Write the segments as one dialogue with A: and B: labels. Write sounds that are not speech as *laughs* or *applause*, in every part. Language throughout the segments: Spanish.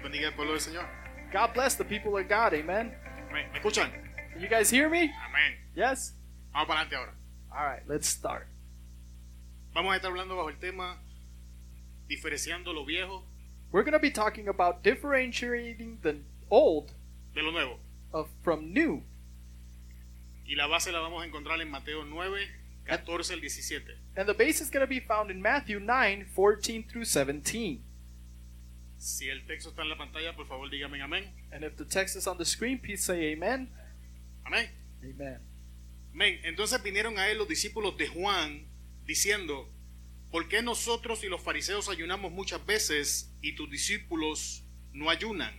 A: bendiga el pueblo del Señor.
B: God bless the people of God. Amen.
A: Amén. ¿Me escuchan?
B: Can you guys hear me?
A: Amén.
B: Yes?
A: Vamos para adelante ahora.
B: All right, let's start.
A: Vamos a estar hablando bajo el tema diferenciando lo viejo
B: We're going to be talking about differentiating the old
A: de lo nuevo.
B: of, from new.
A: Y la base la vamos a encontrar en Mateo 9, 14 al 17.
B: And the base is going to be found in Matthew 9 14 through 17.
A: Si el texto está en la pantalla, por favor dígame amén.
B: And if the text is on the screen, please say amen.
A: Amén.
B: Amen.
A: Amén. Entonces vinieron a él los discípulos de Juan diciendo, ¿por qué nosotros y los fariseos ayunamos muchas veces y tus discípulos no ayunan?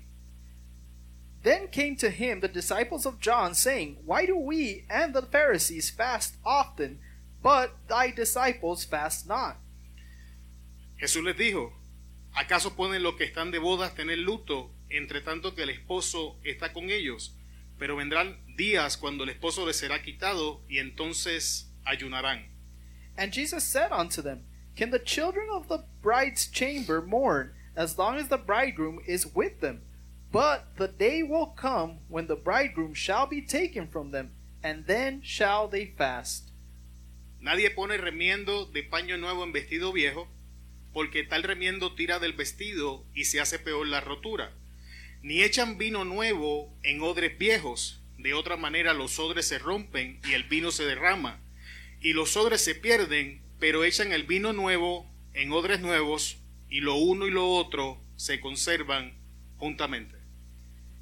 B: Then came to him the disciples of John, saying, Why do we and the Pharisees fast often, but thy disciples fast not?
A: Jesús les dijo, ¿acaso pueden los que están de bodas tener luto, entre tanto que el esposo está con ellos? Pero vendrán días cuando el esposo les será quitado y entonces ayunarán.
B: And Jesus said unto them, Can the children of the bride's chamber mourn as long as the bridegroom is with them? But the day will come when the bridegroom shall be taken from them, and then shall they fast.
A: Nadie pone remiendo de paño nuevo en vestido viejo, porque tal remiendo tira del vestido y se hace peor la rotura. Ni echan vino nuevo en odres viejos, de otra manera los odres se rompen y el vino se derrama, y los odres se pierden, pero echan el vino nuevo en odres nuevos, y lo uno y lo otro se conservan juntamente.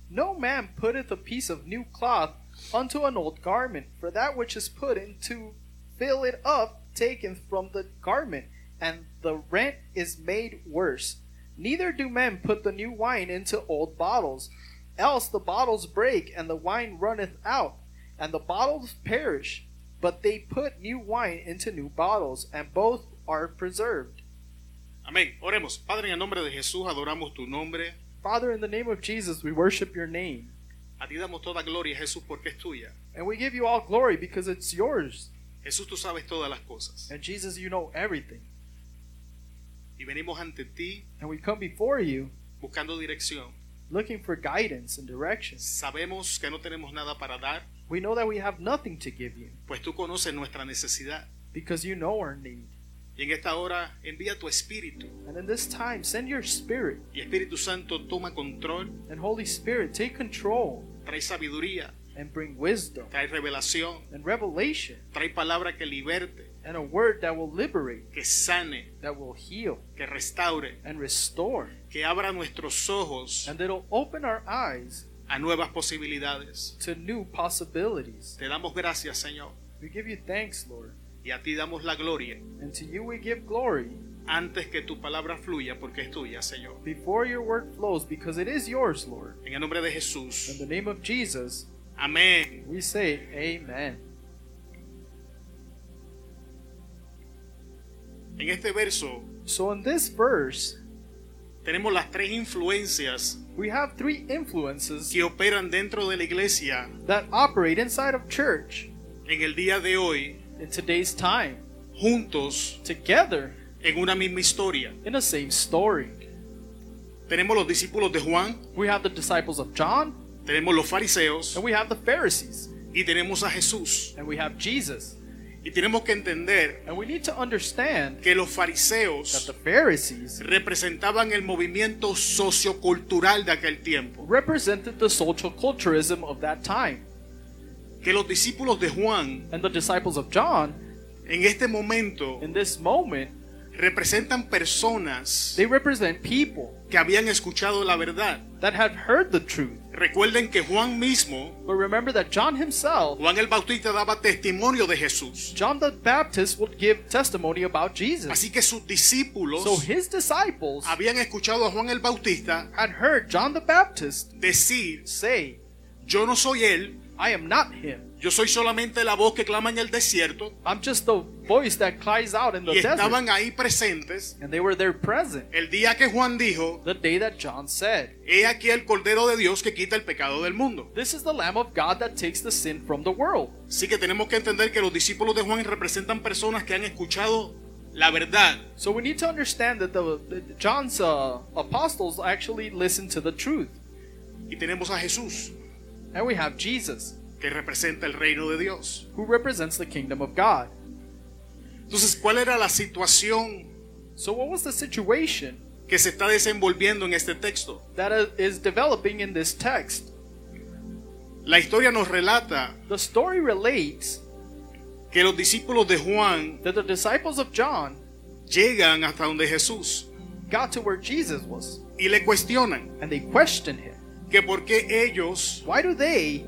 B: No man putteth a piece of new cloth unto an old garment, for that which is put into fill it up taken from the garment, and the rent is made worse. Neither do men put the new wine into old bottles, else the bottles break, and the wine runneth out, and the bottles perish. But they put new wine into new bottles, and both are preserved.
A: Amén. Oremos. Padre, en el nombre de Jesús adoramos tu nombre.
B: Father, in the name of Jesus, we worship your name,
A: A ti damos toda gloria, Jesús, porque es tuya.
B: and we give you all glory because it's yours.
A: Jesús, tú sabes todas las cosas.
B: And Jesus, you know everything.
A: y venimos ante ti
B: And we come before you
A: buscando dirección.
B: looking for guidance and directions.
A: Sabemos que no tenemos nada para dar,
B: We know that we have nothing to give you
A: pues tú conoces nuestra necesidad.
B: because you know our need.
A: Y en esta hora envía tu Espíritu.
B: And in this time, send your Spirit.
A: Y Espíritu Santo toma control,
B: And Holy Spirit, take control
A: trae sabiduría,
B: and bring wisdom
A: trae revelación,
B: and revelation
A: trae palabra que liberte,
B: and a word that will liberate,
A: que sane,
B: that will heal
A: que restaure,
B: and restore.
A: que abra nuestros ojos
B: And that'll open our eyes
A: a nuevas posibilidades.
B: to new possibilities.
A: Te damos gracias, Señor,
B: We give you thanks, Lord.
A: y a ti damos la gloria
B: And to you we give glory
A: antes que tu palabra fluya, porque es tuya, Señor.
B: before your word flows because it is yours, Lord.
A: En el nombre de
B: In
A: Jesús.
B: the name of Jesus,
A: Amén.
B: We say amen.
A: En este verso
B: So in this verse,
A: tenemos las tres influencias
B: we have three influences
A: que operan dentro de la iglesia
B: that operate inside of church
A: en el día de hoy,
B: in today's time,
A: juntos
B: together
A: en una misma historia.
B: in the same story.
A: Tenemos los discípulos de Juan,
B: We have the disciples of John,
A: tenemos los fariseos
B: and we have the Pharisees,
A: y tenemos a Jesús.
B: and we have Jesus.
A: Y tenemos que entender
B: And we need to understand
A: que los
B: that the
A: fariseos
B: Pharisees
A: representaban el movimiento sociocultural de aquel tiempo,
B: represented the social culturism of that time.
A: que los discípulos de Juan
B: And the disciples of John,
A: en este momento
B: in this moment,
A: representan personas
B: they represent people
A: que habían escuchado la verdad.
B: that have heard the truth.
A: Recuerden que Juan mismo
B: But remember that John himself
A: Juan el Bautista daba testimonio de Jesús.
B: John the Baptist would give testimony about Jesus.
A: Así que sus discípulos
B: So his disciples
A: habían escuchado a Juan el Bautista
B: had heard John the Baptist
A: decir,
B: say,
A: yo no soy él,
B: I am not him.
A: yo soy solamente la voz que clama en el desierto.
B: I'm just the voice that cries out in the
A: Y
B: desert.
A: estaban ahí presentes
B: And they were there present
A: el día que Juan dijo,
B: the day that John said,
A: he aquí el Cordero de Dios que quita el pecado del mundo.
B: This is the Lamb of God that takes the sin from the world.
A: Así que tenemos que entender que los discípulos de Juan representan personas que han escuchado
C: la verdad.
B: So we need to understand that the, the- John's uh, apostles actually listened to the truth,
A: Y tenemos a Jesús,
B: and we have Jesus,
A: que representa el reino de Dios.
B: who represents the kingdom of God.
A: Entonces, ¿cuál era la situación
B: So what was the situation
A: que se está desenvolviendo en este texto?
B: that uh, is developing in this text?
A: La historia nos relata
B: The story relates
A: que los discípulos de Juan
B: that the disciples of John
A: llegan hasta donde Jesús
B: got to where Jesus was,
A: y le cuestionan
B: and they questioned him.
A: que por qué ellos,
B: Why do they?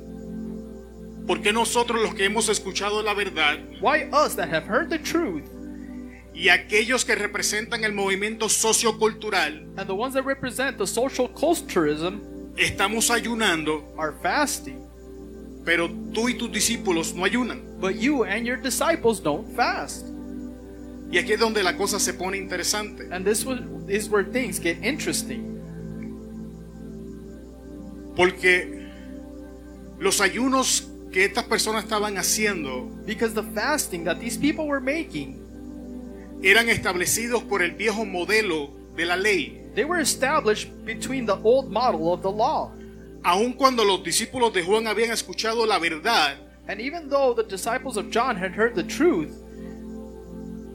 A: por qué nosotros los que hemos escuchado la verdad
B: Why us that have heard the truth
A: y aquellos que representan el movimiento sociocultural
B: and the ones that represent the social culturism
A: estamos ayunando,
B: are fasting,
A: pero tú y tus discípulos no ayunan.
B: but you and your disciples don't fast?
A: Y aquí es donde la cosa se pone interesante.
B: And this was, is where things get interesting
A: Porque los ayunos que estas personas estaban haciendo
B: because the fasting that these people were making,
A: eran establecidos por el viejo modelo de la ley.
B: they were established between the old model of the law.
A: Aun cuando los discípulos de Juan habían escuchado la verdad,
B: And even though the disciples of John had heard the truth,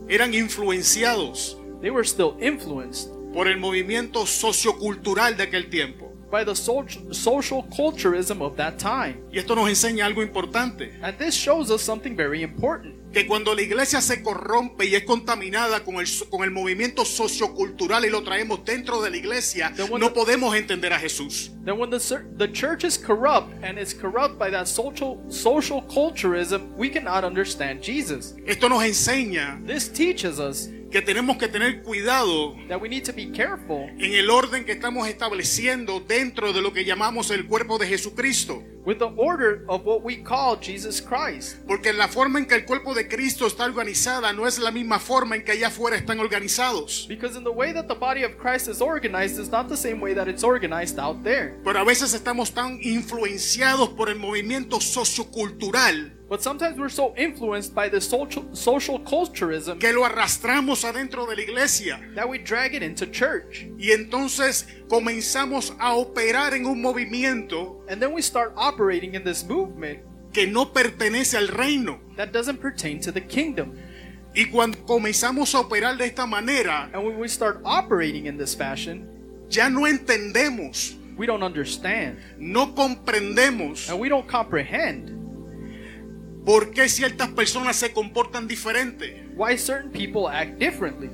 A: eran influenciados
B: they were still influenced
A: por el movimiento sociocultural de aquel tiempo.
B: by the social, social culturism of that time.
A: Y esto nos enseña algo importante,
B: And this shows us something very important.
A: que cuando la iglesia se corrompe y es contaminada con el, so- con el movimiento sociocultural y lo traemos dentro de la iglesia,
B: The one
A: no
B: that-
A: podemos entender a Jesús.
B: That when the, cer- the church is corrupt and is corrupt by that social, social culturism, we cannot understand Jesus.
A: Esto nos enseña
B: This teaches us
A: que tenemos que tener cuidado
B: that we need to be careful
A: en el orden que estamos estableciendo dentro de lo que llamamos el cuerpo de Jesucristo.
B: with the order of what we call Jesus Christ.
A: Porque la forma en que el cuerpo de Cristo está organizada no es la misma forma en que allá afuera están organizados.
B: Because in the way that the body of Christ is organized is not the same way that it's organized out there.
A: Pero a veces estamos tan influenciados por el movimiento sociocultural
B: But sometimes we're so influenced by the social, social culturism
A: que lo arrastramos adentro de la iglesia.
B: that we drag it into church.
A: Y entonces comenzamos a operar en un movimiento
B: And then we start operating in this movement
A: que no pertenece al reino.
B: that doesn't pertain to the kingdom.
A: Y cuando comenzamos a operar de esta manera,
B: And when we start operating in this fashion,
A: ya no entendemos
B: we don't understand
A: no comprendemos
B: and we don't comprehend
A: por qué ciertas personas se comportan diferente.
B: why certain people act differently.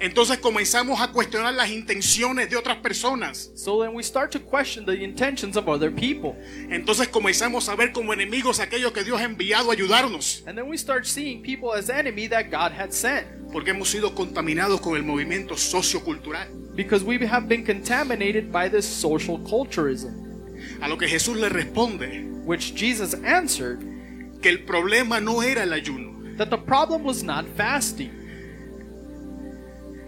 A: Entonces comenzamos a cuestionar las intenciones de otras personas.
B: So then we start to question the intentions of other people.
A: Entonces comenzamos a ver como enemigos a aquellos que Dios ha enviado a ayudarnos.
B: And then we start seeing people as enemy that God had sent
A: Porque hemos sido contaminados con el movimiento sociocultural.
B: because we have been contaminated by this social culturism,
A: A lo que Jesús le responde
B: which Jesus answered
A: que el problema no era el ayuno.
B: that the problem was not fasting.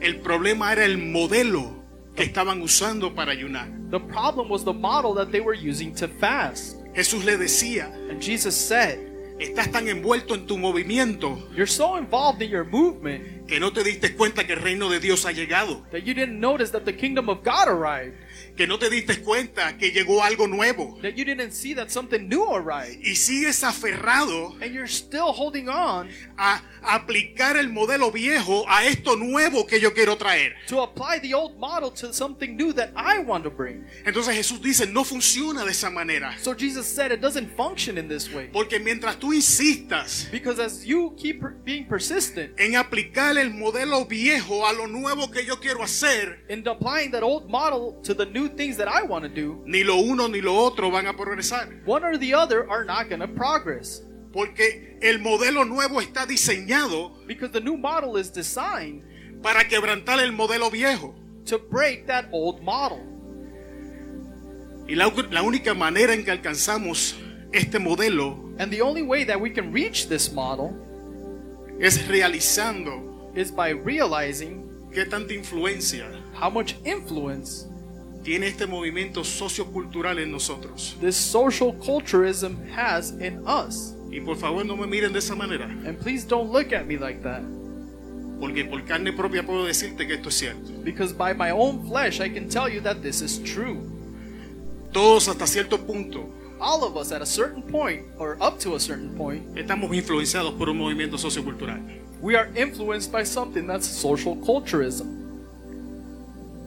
A: El problema era el modelo que estaban usando para ayunar.
B: The problem was the model that they were using to fast.
A: Jesús le decía,
B: And Jesus said,
A: estás tan envuelto en tu movimiento
B: You're so involved in your movement
A: que no te diste cuenta que el reino de Dios ha llegado.
B: that you didn't notice that the kingdom of God arrived,
A: que no te diste cuenta que llegó algo nuevo
B: that you didn't see that something new arrived.
A: y sigues aferrado
B: And you're still holding on
A: a aplicar el modelo viejo a esto nuevo que yo quiero traer.
B: to apply the old model to something new that I want to bring.
A: Entonces Jesús dice, no funciona de esa manera,
B: So Jesus said it doesn't function in this way.
A: porque mientras tú insistas
B: Because as you keep per- being persistent
A: en aplicar el modelo viejo a lo nuevo que yo quiero hacer,
B: in applying that old model to the new things that I want to do,
A: ni lo uno ni lo otro van a progresar,
B: one or the other are not going to progress.
A: porque el modelo nuevo está diseñado
B: Because the new model is designed
A: para quebrantar el modelo viejo.
B: to break that old model.
A: Y la, la única manera en que alcanzamos este modelo
B: And the only way that we can reach this model
A: es realizando
B: is by realizing
A: qué tanta influencia
B: how much influence
A: tiene este movimiento sociocultural en nosotros.
B: this social culturism has in us.
A: Y por favor no me miren de esa manera,
B: And please don't look at me like that.
A: Porque por carne propia puedo decirte que esto es cierto.
B: because by my own flesh I can tell you that this is true.
A: Todos hasta cierto punto
B: All of us at a certain point, or up to a certain point,
A: estamos influenciados por un movimiento sociocultural.
B: we are influenced by something that's social culturism.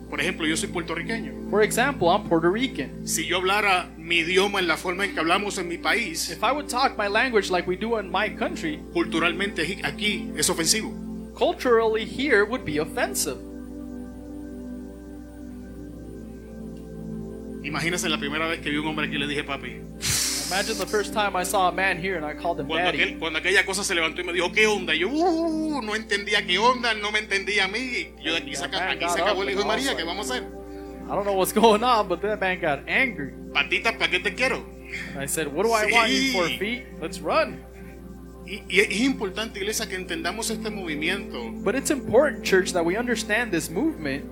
A: Por ejemplo, yo soy puertorriqueño.
B: For example, I'm Puerto Rican.
A: Si yo hablara mi idioma en la forma en que hablamos en mi país,
B: If I would talk my language like we do in my country,
A: culturalmente aquí es ofensivo.
B: culturally here would be offensive.
A: Imagínense la primera vez que vi un hombre aquí y le dije papi.
B: Imagine the first time I saw a man here and I called him
A: Cuando,
B: daddy.
A: aquel- cuando aquella cosa se levantó y me dijo, ¿qué onda? Y yo "Uh, no entendía qué onda, él no me entendía a mí. Y Yo de aquí, se acá- aquí se acabó el hijo de María, ¿qué vamos a hacer?
B: I don't know what's *laughs* going on, but that man got angry.
A: Patitas, ¿para qué te quiero?
B: And I said, What do I want you for,
A: Sí.
B: feet? Let's run.
A: Y, y es importante, iglesia, que entendamos este movimiento,
B: But it's important, church, that we understand this movement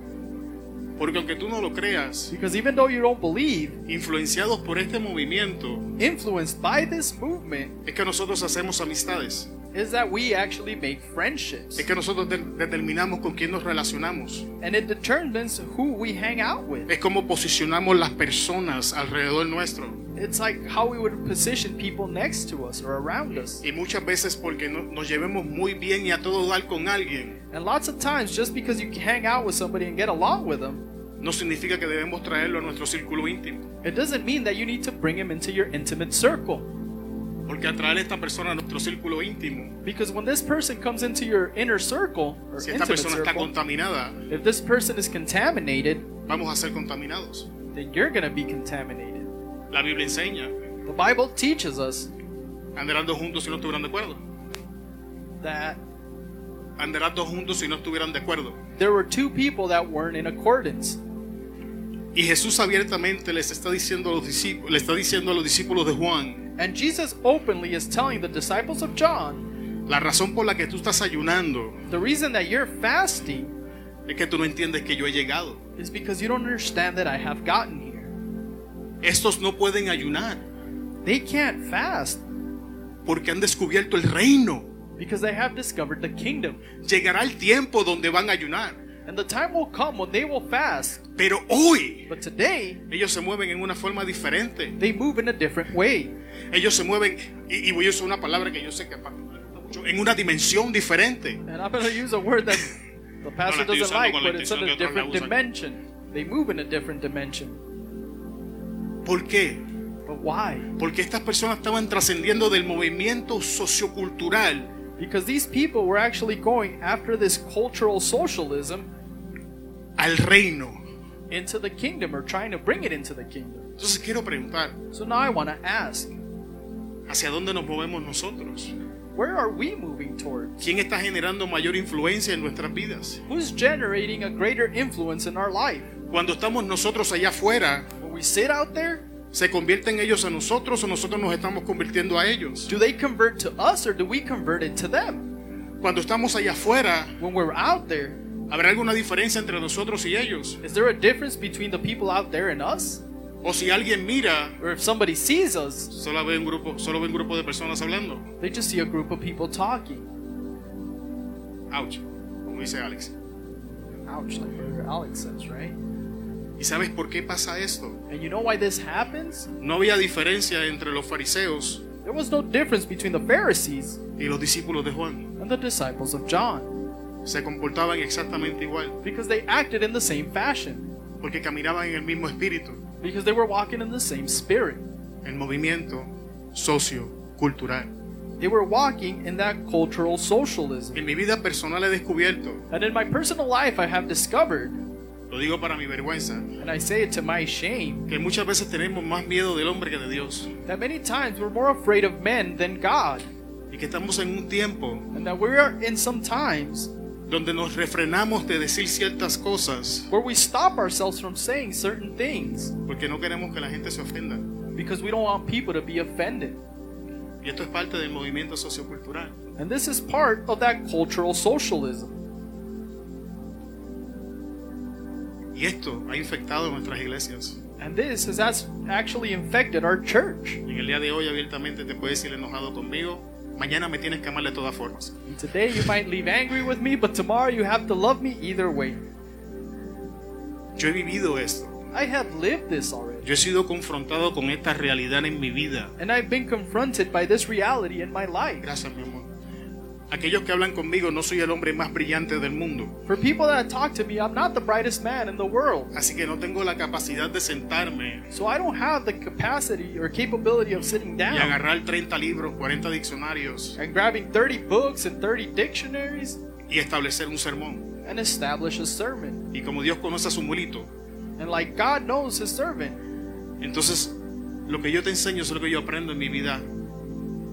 A: porque aunque tú no lo creas,
B: because even though you don't believe,
A: influenciados por este movimiento,
B: influenced by this movement
A: es que nosotros hacemos amistades,
B: is that we actually make friendships
A: es que nosotros de- determinamos con quién nos relacionamos,
B: and it determines who we hang out with.
A: es cómo posicionamos las personas alrededor nuestro.
B: It's like how we would position people next to us or around us.
A: Y muchas veces porque no- nos llevemos muy bien y a todo dar con alguien,
B: And lots of times, just because you hang out with somebody and get along with them,
A: no significa que debemos traerlo a nuestro círculo íntimo.
B: it doesn't mean that you need to bring him into your intimate circle.
A: Porque al traer a esta persona a nuestro círculo íntimo,
B: Because when this person comes into your inner circle, or
A: si esta
B: intimate
A: persona está
B: circle,
A: contaminada,
B: if this person is contaminated,
A: vamos a ser contaminados.
B: then you're going to be contaminated.
A: La Biblia enseña,
B: The Bible teaches us
A: andarán dos juntos si no estuvieran de acuerdo.
B: that
A: Andarán dos juntos si no estuvieran de acuerdo.
B: there were two people that weren't in accordance.
A: Y Jesús abiertamente les está diciendo a los discípulos, le está diciendo a los discípulos de Juan,
B: And Jesus openly is telling the disciples of John
A: la razón por la que tú estás ayunando
B: the reason that you're fasting
A: es que tú no entiendes que yo he llegado.
B: is because you don't understand that I have gotten here.
A: Estos no pueden ayunar
B: They can't fast
A: porque han descubierto el reino.
B: because they have discovered the kingdom.
A: Llegará el tiempo donde van a ayunar,
B: And the time will come when they will fast.
A: pero hoy
B: But today,
A: ellos se mueven en una forma diferente.
B: they move in a different way.
A: Ellos se mueven, y, y voy a usar una palabra que yo sé que a Pastor le gusta mucho, en una dimensión diferente.
B: And I'm going to use a word that the pastor
A: No la estoy
B: doesn't
A: usando
B: like,
A: con la
B: but it's in
A: intención
B: a
A: que otros la
B: different
A: usan.
B: dimension. They move in a different dimension.
A: ¿Por qué?
B: But why?
A: Porque estas personas estaban trascendiendo del movimiento sociocultural
B: Because these people were actually going after this cultural socialism
A: al reino.
B: into the kingdom or trying to bring it into the kingdom.
A: Entonces quiero preguntar,
B: So now I want to ask
A: ¿hacia dónde nos movemos nosotros?
B: where are we moving toward?
A: ¿Quién está generando mayor influencia en nuestras vidas?
B: Who's generating a greater influence in our life?
A: Cuando estamos nosotros allá afuera,
B: When we sit out there,
A: ¿se convierten ellos a nosotros o nosotros nos estamos convirtiendo a ellos?
B: do they convert to us or do we convert it to them?
A: Cuando estamos allá afuera,
B: When we're out there,
A: ¿habrá alguna diferencia entre nosotros y ellos?
B: is there a difference between the people out there and us?
A: O si alguien mira,
B: Or if somebody sees us,
A: solo ve un grupo, solo ve un grupo de personas hablando.
B: They just see a group of people talking.
A: Ouch, como dice Alex.
B: Ouch, like Brother Alex says, right?
A: ¿Y sabes por qué pasa esto?
B: And you know why this happens?
A: No había diferencia entre los fariseos
B: There was no difference between the Pharisees
A: y los discípulos de Juan.
B: and the disciples of John
A: Se comportaban exactamente igual,
B: because they acted in the same fashion,
A: porque caminaban en el mismo espíritu,
B: because they were walking in the same spirit.
A: el movimiento sociocultural.
B: They were walking in that cultural socialism.
A: En mi vida personal he descubierto,
B: And in my personal life, I have discovered,
A: lo digo para mi vergüenza,
B: and I say it to my shame,
A: que muchas veces tenemos más miedo del hombre que de Dios
B: that many times we're more afraid of men than God,
A: y que estamos en un tiempo
B: and that we are in some times
A: donde nos refrenamos de decir ciertas cosas
B: where we stop ourselves from saying certain things
A: porque no queremos que la gente se ofenda.
B: because we don't want people to be offended.
A: Y esto es parte del movimiento sociocultural.
B: And this is part of that cultural socialism.
A: Y esto ha infectado nuestras iglesias.
B: And this has as- actually infected our church.
A: Y en el día de hoy abiertamente te puedes ir enojado conmigo, Mañana me tienes que amar de todas formas.
B: And today you might leave angry with me, but tomorrow you have to love me either way.
A: Yo he vivido esto.
B: I have lived this already,
A: Yo he sido confrontado con esta realidad en mi vida.
B: and I've been confronted by this reality in my life.
A: Gracias, mi amor. Aquellos que hablan conmigo, no soy el hombre más brillante del mundo.
B: For people that talk to me, I'm not the brightest man in the world,
A: Así que no tengo la capacidad de sentarme
B: so I don't have the capacity or capability of sitting
A: y
B: down
A: agarrar 30 libros, 40 diccionarios
B: and grabbing 30 books and 30 dictionaries
A: y establecer un sermón.
B: and establish a sermon.
A: Y como Dios conoce a su mulito,
B: And like God knows his servant,
A: entonces lo que yo te enseño es lo que yo aprendo en mi vida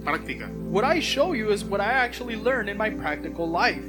A: práctica.
B: what I show you is what I actually learn in my practical life.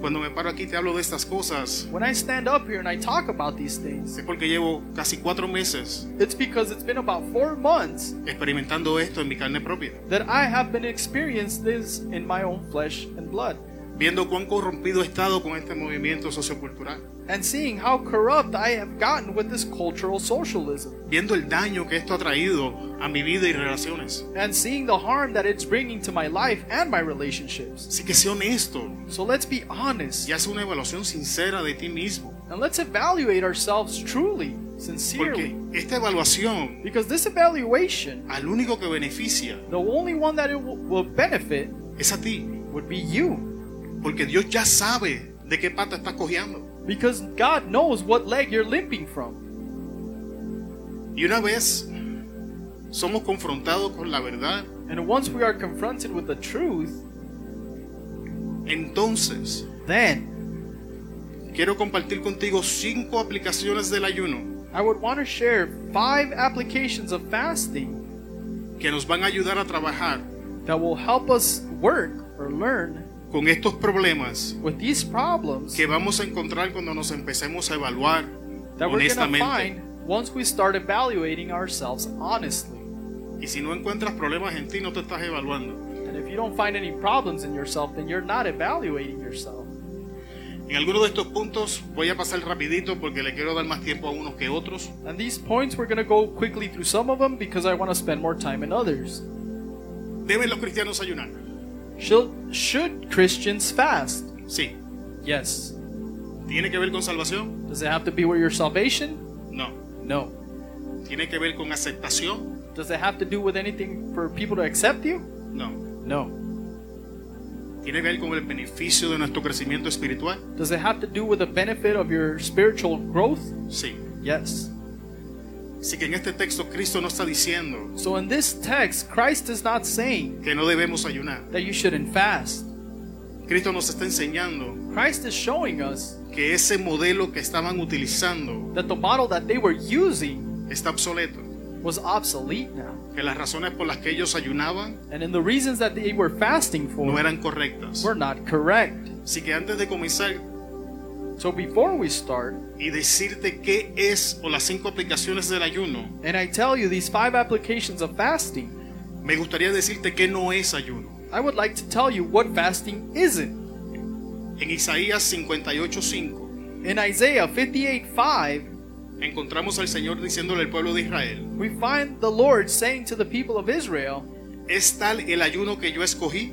A: Cuando me paro aquí y te hablo de estas cosas,
B: When I stand up here and I talk about these things,
A: es porque llevo casi cuatro meses
B: it's because it's been about four months
A: experimentando esto en mi carne propia,
B: that I have been experienced this in my own flesh and blood,
A: viendo cuán corrompido he estado con este movimiento sociocultural.
B: and seeing how corrupt I have gotten with this cultural socialism,
A: viendo el daño que esto ha traído a mi vida y relaciones.
B: and seeing the harm that it's bringing to my life and my relationships.
A: Así que sé honesto
B: So let's be honest
A: y haz una evaluación sincera de ti mismo.
B: and let's evaluate ourselves truly,
A: Porque
B: sincerely,
A: esta evaluación,
B: because this evaluation,
A: al único que beneficia
B: the only one that it will- will benefit
A: es a ti.
B: would be you,
A: Porque Dios ya sabe de qué pata estás cojeando.
B: because God knows what leg you're limping from.
A: Y una vez somos confrontados con la verdad,
B: And once we are confronted with the truth,
A: entonces
B: then
A: quiero compartir contigo cinco aplicaciones del ayuno
B: I would want to share five applications of fasting
A: que nos van a ayudar a trabajar
B: that will help us work or learn
A: con estos problemas
B: with these problems
A: que vamos a encontrar cuando nos empecemos a evaluar
B: that we're going to
A: honestamente.
B: find once we start evaluating ourselves honestly.
A: Y si no encuentras problemas en ti, no te estás evaluando.
B: And if you don't find any problems in yourself, then you're not evaluating yourself.
A: En algunos de estos puntos voy a pasar rapidito porque le quiero dar más tiempo a unos que otros.
B: And these points, we're going to go quickly through some of them because I want to spend more time in others.
A: ¿Deben los cristianos ayunar?
B: Should, should Christians fast?
A: Sí.
B: Yes.
A: ¿Tiene que ver con salvación?
B: Does it have to be with your salvation?
A: No.
B: No.
A: ¿Tiene que ver con aceptación?
B: Does it have to do with anything for people to accept you?
A: No.
B: No.
A: ¿Tiene que ver con el beneficio de nuestro crecimiento espiritual?
B: Does it have to do with the benefit of your spiritual growth?
A: Sí.
B: Yes.
A: Así que en este texto Cristo no está diciendo
B: So in this text, Christ is not saying
A: que no debemos ayunar.
B: that you shouldn't fast.
A: Cristo nos está enseñando
B: Christ is showing us
A: que ese modelo que estaban utilizando
B: that the model that they were using
A: está obsoleto.
B: was obsolete now.
A: Que las razones por las que ellos ayunaban
B: And in the reasons that they were fasting
A: no
B: for
A: eran correctas.
B: were not correct.
A: Así que antes de comenzar
B: So before we start,
A: y decirte qué es o las cinco aplicaciones del ayuno,
B: and I tell you these five applications of fasting,
A: me gustaría decirte qué no es ayuno.
B: I would like to tell you what fasting isn't.
A: En Isaías 58:5
B: In Isaiah 58 5,
A: encontramos al Señor diciéndole al pueblo de Israel,
B: we find the Lord saying to the people of Israel,
A: es tal el ayuno que yo escogí,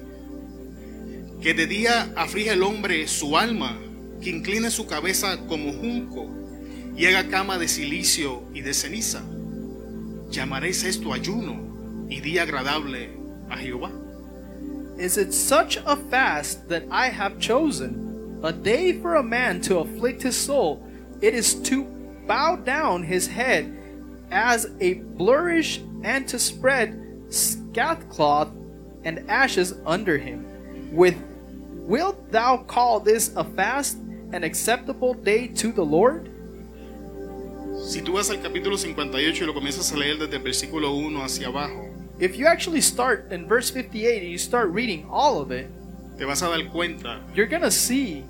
A: que de día aflige el hombre su alma, que incline su cabeza como junco y haga cama de silicio y de ceniza. Llamaréis esto ayuno y día agradable a Jehová.
B: Is it such a fast that I have chosen? A day for a man to afflict his soul. It is to bow down his head as a flourish and to spread scathcloth and ashes under him. With wilt thou call this a fast, an acceptable day to the Lord?
A: Si tú vas al capítulo 58 y lo comienzas a leer desde el versículo 1 hacia abajo,
B: If you actually start in verse 58 and you start reading all of it,
A: te vas a dar cuenta
B: you're gonna see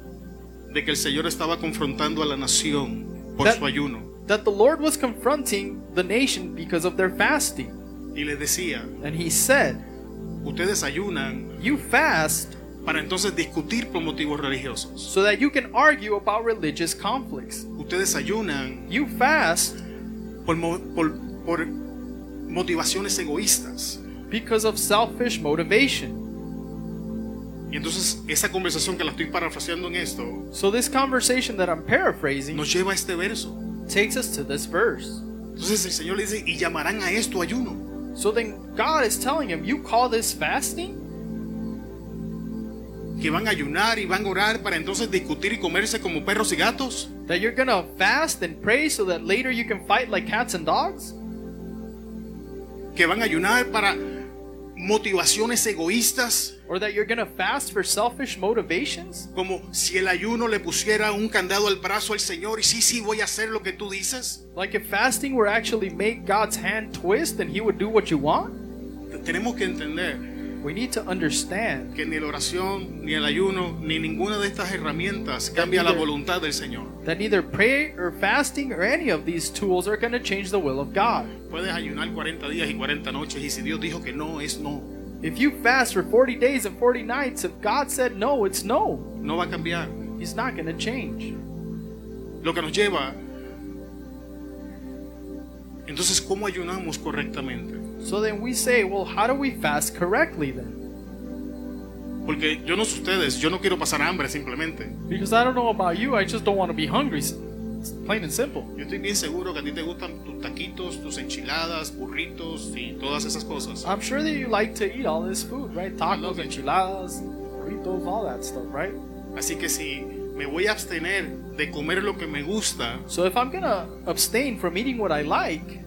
A: de que el Señor estaba confrontando a la nación por
B: That-
A: su ayuno
B: that the Lord was confronting the nation because of their fasting.
A: y les decía,
B: And he said,
A: ustedes ayunan
B: You fast
A: para entonces discutir por motivos religiosos.
B: so that you can argue about religious conflicts.
A: Ustedes ayunan
B: You fast
A: por, mo- por- por motivaciones egoístas.
B: because of selfish motivation.
A: Y entonces esa conversación que la estoy parafraseando en esto
B: So this conversation that I'm paraphrasing
A: nos lleva a este verso.
B: takes us to this verse.
A: Entonces el Señor le dice, y llamarán a esto ayuno.
B: So then God is telling him, You call this fasting?
A: Que van a ayunar y van a orar para entonces discutir y comerse como perros y gatos.
B: That you're gonna fast and pray so that later you can fight like cats and dogs?
A: Que van a ayunar para motivaciones egoístas.
B: Or that you're gonna fast for selfish motivations?
A: Como si el ayuno le pusiera un candado al brazo al Señor y sí, sí, voy a hacer lo que tú dices.
B: Like if fasting were actually make God's hand twist and he would do what you want?
A: Tenemos que entender
B: We need to understand
A: que ni la oración, ni el ayuno, ni ninguna de estas herramientas cambia la voluntad del Señor.
B: that neither prayer or fasting or any of these tools are gonna change the will of God.
A: Puedes ayunar 40 días y 40 noches y si Dios dijo que no, es no.
B: If you fast for 40 days and 40 nights, if God said no, it's no.
A: No va a cambiar.
B: He's not gonna change.
A: Lo que nos lleva. Entonces, ¿cómo ayunamos correctamente?
B: So then we say, well, how do we fast correctly then?
A: Porque yo no sé ustedes, yo no quiero pasar hambre simplemente.
B: Because I don't know about you, I just don't want to be hungry. It's plain and simple.
A: Yo estoy bien seguro que a ti te gustan tus taquitos, tus enchiladas, burritos y todas esas cosas.
B: I'm sure that you like to eat all this food, right?
A: love
B: Tacos,
A: it.
B: enchiladas, burritos, all that stuff, right?
A: Así que si me voy a abstener de comer lo que me gusta,
B: So if I'm gonna abstain from eating what I like,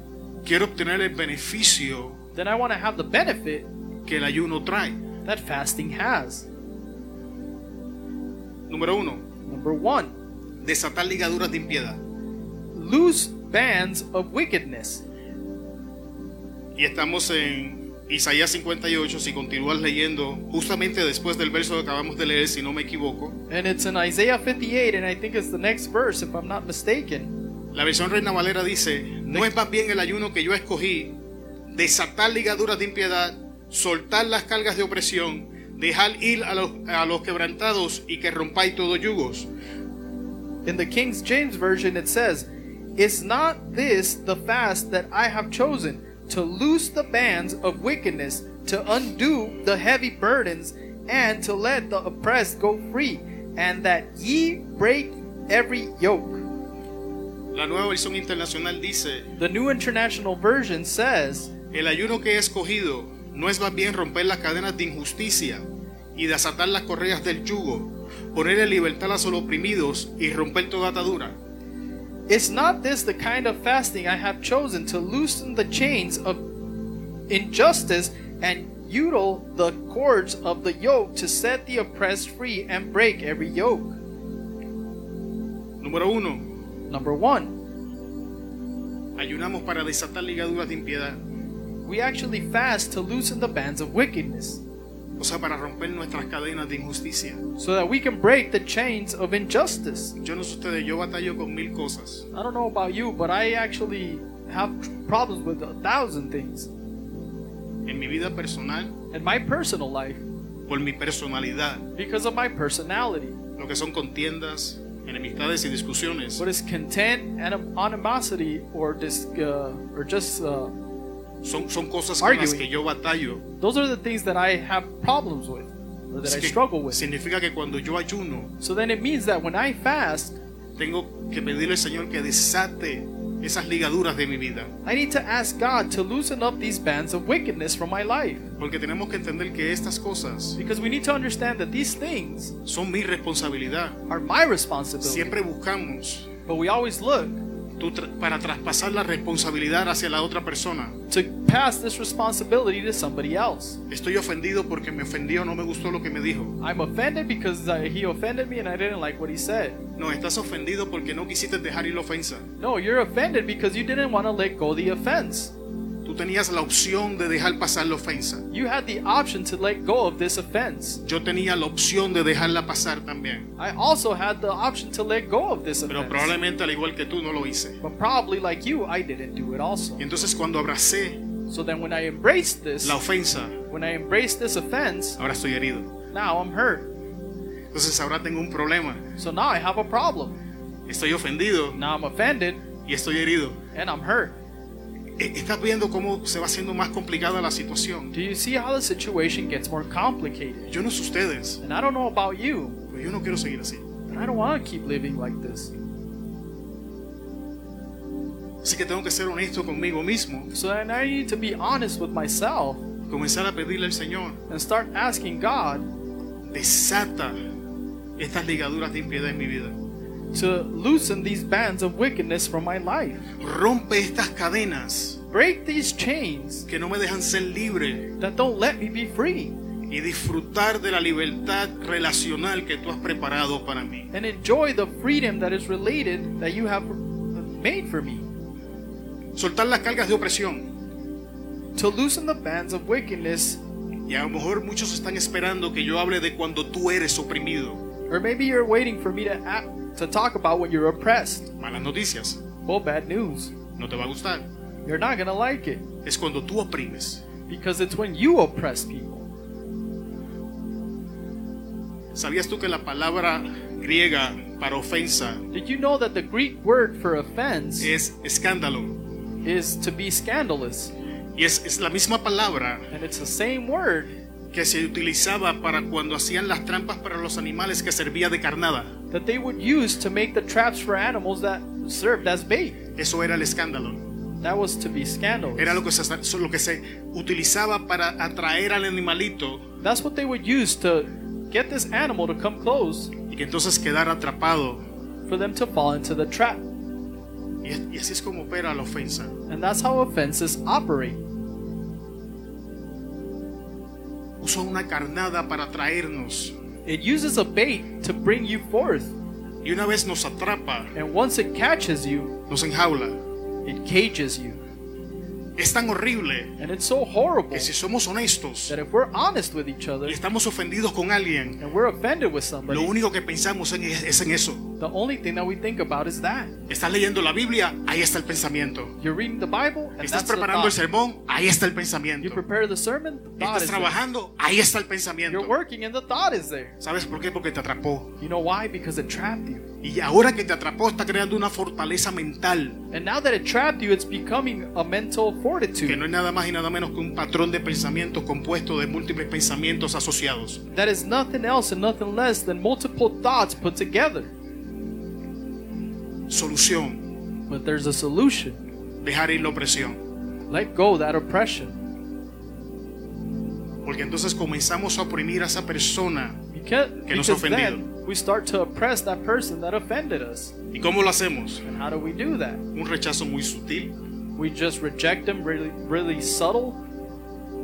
A: quiero obtener el beneficio
B: then I want to have the benefit
A: que el ayuno trae.
B: that fasting has.
A: Número uno,
B: Number one,
A: desatar ligaduras de impiedad.
B: loose bands of wickedness.
A: Y estamos en Isaías 58, si continúas leyendo, justamente después del verso que acabamos de leer, si no me equivoco,
B: And it's in Isaiah 58, and I think it's the next verse, if I'm not mistaken.
A: la versión Reina Valera dice, no es más bien el ayuno que yo escogí, desatar ligaduras de impiedad, soltar las cargas de opresión, dejar ir a los, a los quebrantados y que rompáis todos yugos.
B: In the King James Version, it says, Is not this the fast that I have chosen, to loose the bands of wickedness, to undo the heavy burdens, and to let the oppressed go free, and that ye break every yoke?
A: La nueva versión internacional dice,
B: The New International Version says,
A: El ayuno que he escogido no es más bien romper las cadenas de injusticia y desatar las correas del yugo, poner en libertad a los oprimidos y romper toda atadura.
B: Is not this the kind of fasting I have chosen to loosen the chains of injustice and util the cords of the yoke to set the oppressed free and break every yoke?
A: Número 1.
B: Number one,
A: Ayunamos para desatar ligaduras de impiedad,
B: we actually fast to loosen the bands of wickedness
A: o sea, para romper nuestras cadenas de injusticia.
B: so that we can break the chains of injustice.
A: Yo no sé ustedes, yo batallo con mil cosas.
B: I don't know about you, but I actually have problems with a thousand things
A: En mi vida personal,
B: in my personal life
A: por mi personalidad,
B: because of my personality.
A: lo que son contiendas, enemistades y discusiones.
B: What is content and animosity, or dis, uh, or just uh,
A: Son, son cosas con las
B: Arguing.
A: que yo batallo.
B: those are the things that I have problems with, or that I
A: Así que
B: struggle with.
A: significa que cuando yo ayuno,
B: So then it means that when I fast,
A: Tengo que pedirle al Señor que desate esas ligaduras de mi vida.
B: I need to ask God to loosen up these bands of wickedness from my life,
A: Porque tenemos que entender que estas cosas
B: because we need to understand that these things
A: son mi responsabilidad.
B: are my responsibility.
A: Siempre buscamos
B: But we always look
A: tu tra- para traspasar la responsabilidad hacia la otra persona.
B: to pass this responsibility to somebody else.
A: Estoy ofendido porque me ofendió, no me gustó lo que me dijo.
B: I'm offended because uh, he offended me and I didn't like what he said.
A: No, estás ofendido porque no quisiste dejar ir la ofensa.
B: No, you're offended because you didn't want to let go the offense.
A: Tú tenías la opción de dejar pasar la ofensa.
B: You had the option to let go of this offense.
A: Yo tenía la opción de dejarla pasar también.
B: I also had the option to let go of this
A: Pero
B: offense.
A: probablemente al igual que tú no lo hice.
B: But probably like you, I didn't do it also.
A: Entonces cuando abracé
B: So then when I embraced this,
A: la ofensa,
B: when I embraced this offense,
A: ahora estoy herido.
B: now I'm hurt.
A: Entonces ahora tengo un problema.
B: So now I have a problem.
A: Estoy ofendido
B: Now I'm offended
A: y estoy herido.
B: and I'm hurt.
A: E- Estás viendo cómo se va haciendo más complicada la situación.
B: Do you see how the situation gets more complicated?
A: Yo no sé ustedes,
B: And I don't know about you,
A: pero yo no quiero seguir así.
B: but I don't want to keep living like this.
A: Así que tengo que ser honesto conmigo mismo,
B: So then I need to be honest with myself
A: comenzar a pedirle al Señor,
B: and start asking God
A: desata estas ligaduras de impiedad en mi vida.
B: to loosen these bands of wickedness from my life.
A: Rompe estas cadenas
B: Break these chains
A: que no me dejan ser libre
B: that don't let me be free
A: y disfrutar de la libertad relacional que tú has preparado para mí.
B: and enjoy the freedom that is related that you have made for me.
A: Soltar las cargas de opresión.
B: To loosen the bands of wickedness,
A: Y a lo mejor muchos están esperando que yo hable de cuando tú eres oprimido.
B: or maybe you're waiting for me to, a- to talk about when you're oppressed.
A: Malas noticias,
B: Well, bad news.
A: no te va a gustar.
B: You're not gonna like it
A: Es cuando tú oprimes.
B: because it's when you oppress people.
A: ¿Sabías tú que la palabra griega para ofensa
B: Did you know that the Greek word for offense
A: es escándalo?
B: is to be scandalous?
A: Y es, es la misma palabra
B: And it's the same word
A: que se utilizaba para cuando hacían las trampas para los animales que servía de carnada.
B: that they would use to make the traps for animals that served as bait.
A: Eso era el escándalo.
B: That was to be scandalous.
A: Era lo que se, lo que se utilizaba para atraer al animalito
B: That's what they would use to get this animal to come close
A: y que entonces quedara atrapado.
B: for them to fall into the trap.
A: Y, es- y así es como opera la ofensa.
B: And that's how offenses operate.
A: Usa una carnada para atraernos.
B: It uses a bait to bring you forth.
A: Y una vez nos atrapa,
B: And once it catches you,
A: nos enjaula.
B: it cages you.
A: Es tan horrible
B: And it's so horrible
A: que si somos honestos
B: that if we're honest with each other
A: y estamos ofendidos con alguien,
B: and we're offended with
A: lo
B: somebody,
A: único que pensamos en- es en eso.
B: the only thing that we think about is that.
A: Estás leyendo la Biblia, ahí está el pensamiento.
B: You're reading the Bible, and
A: Estás
B: that's the
A: preparando el
B: thought.
A: sermón, ahí está el
B: You
A: pensamiento.
B: prepare the sermon, the thought
A: Estás
B: is there.
A: trabajando, ahí está el pensamiento.
B: You're working and the thought is there.
A: ¿Sabes por qué? Porque te atrapó.
B: You know why? Because it trapped you.
A: Y ahora que te atrapó, está creando una fortaleza mental,
B: And now that it trapped you, it's becoming a mental
A: que
B: fortitude
A: no es nada más y nada menos que un patrón de pensamientos compuesto de múltiples pensamientos asociados.
B: that is nothing else and nothing less than multiple thoughts put together.
A: Solución,
B: But there's a solution.
A: dejar ir la opresión.
B: Let go that oppression.
A: Porque entonces comenzamos a oprimir a esa persona.
B: Because,
A: Que nos
B: because
A: ha
B: then we start to oppress that person that offended us.
A: ¿Y cómo lo hacemos?
B: And how do we do that?
A: Un rechazo muy sutil,
B: We just reject them really, really subtle.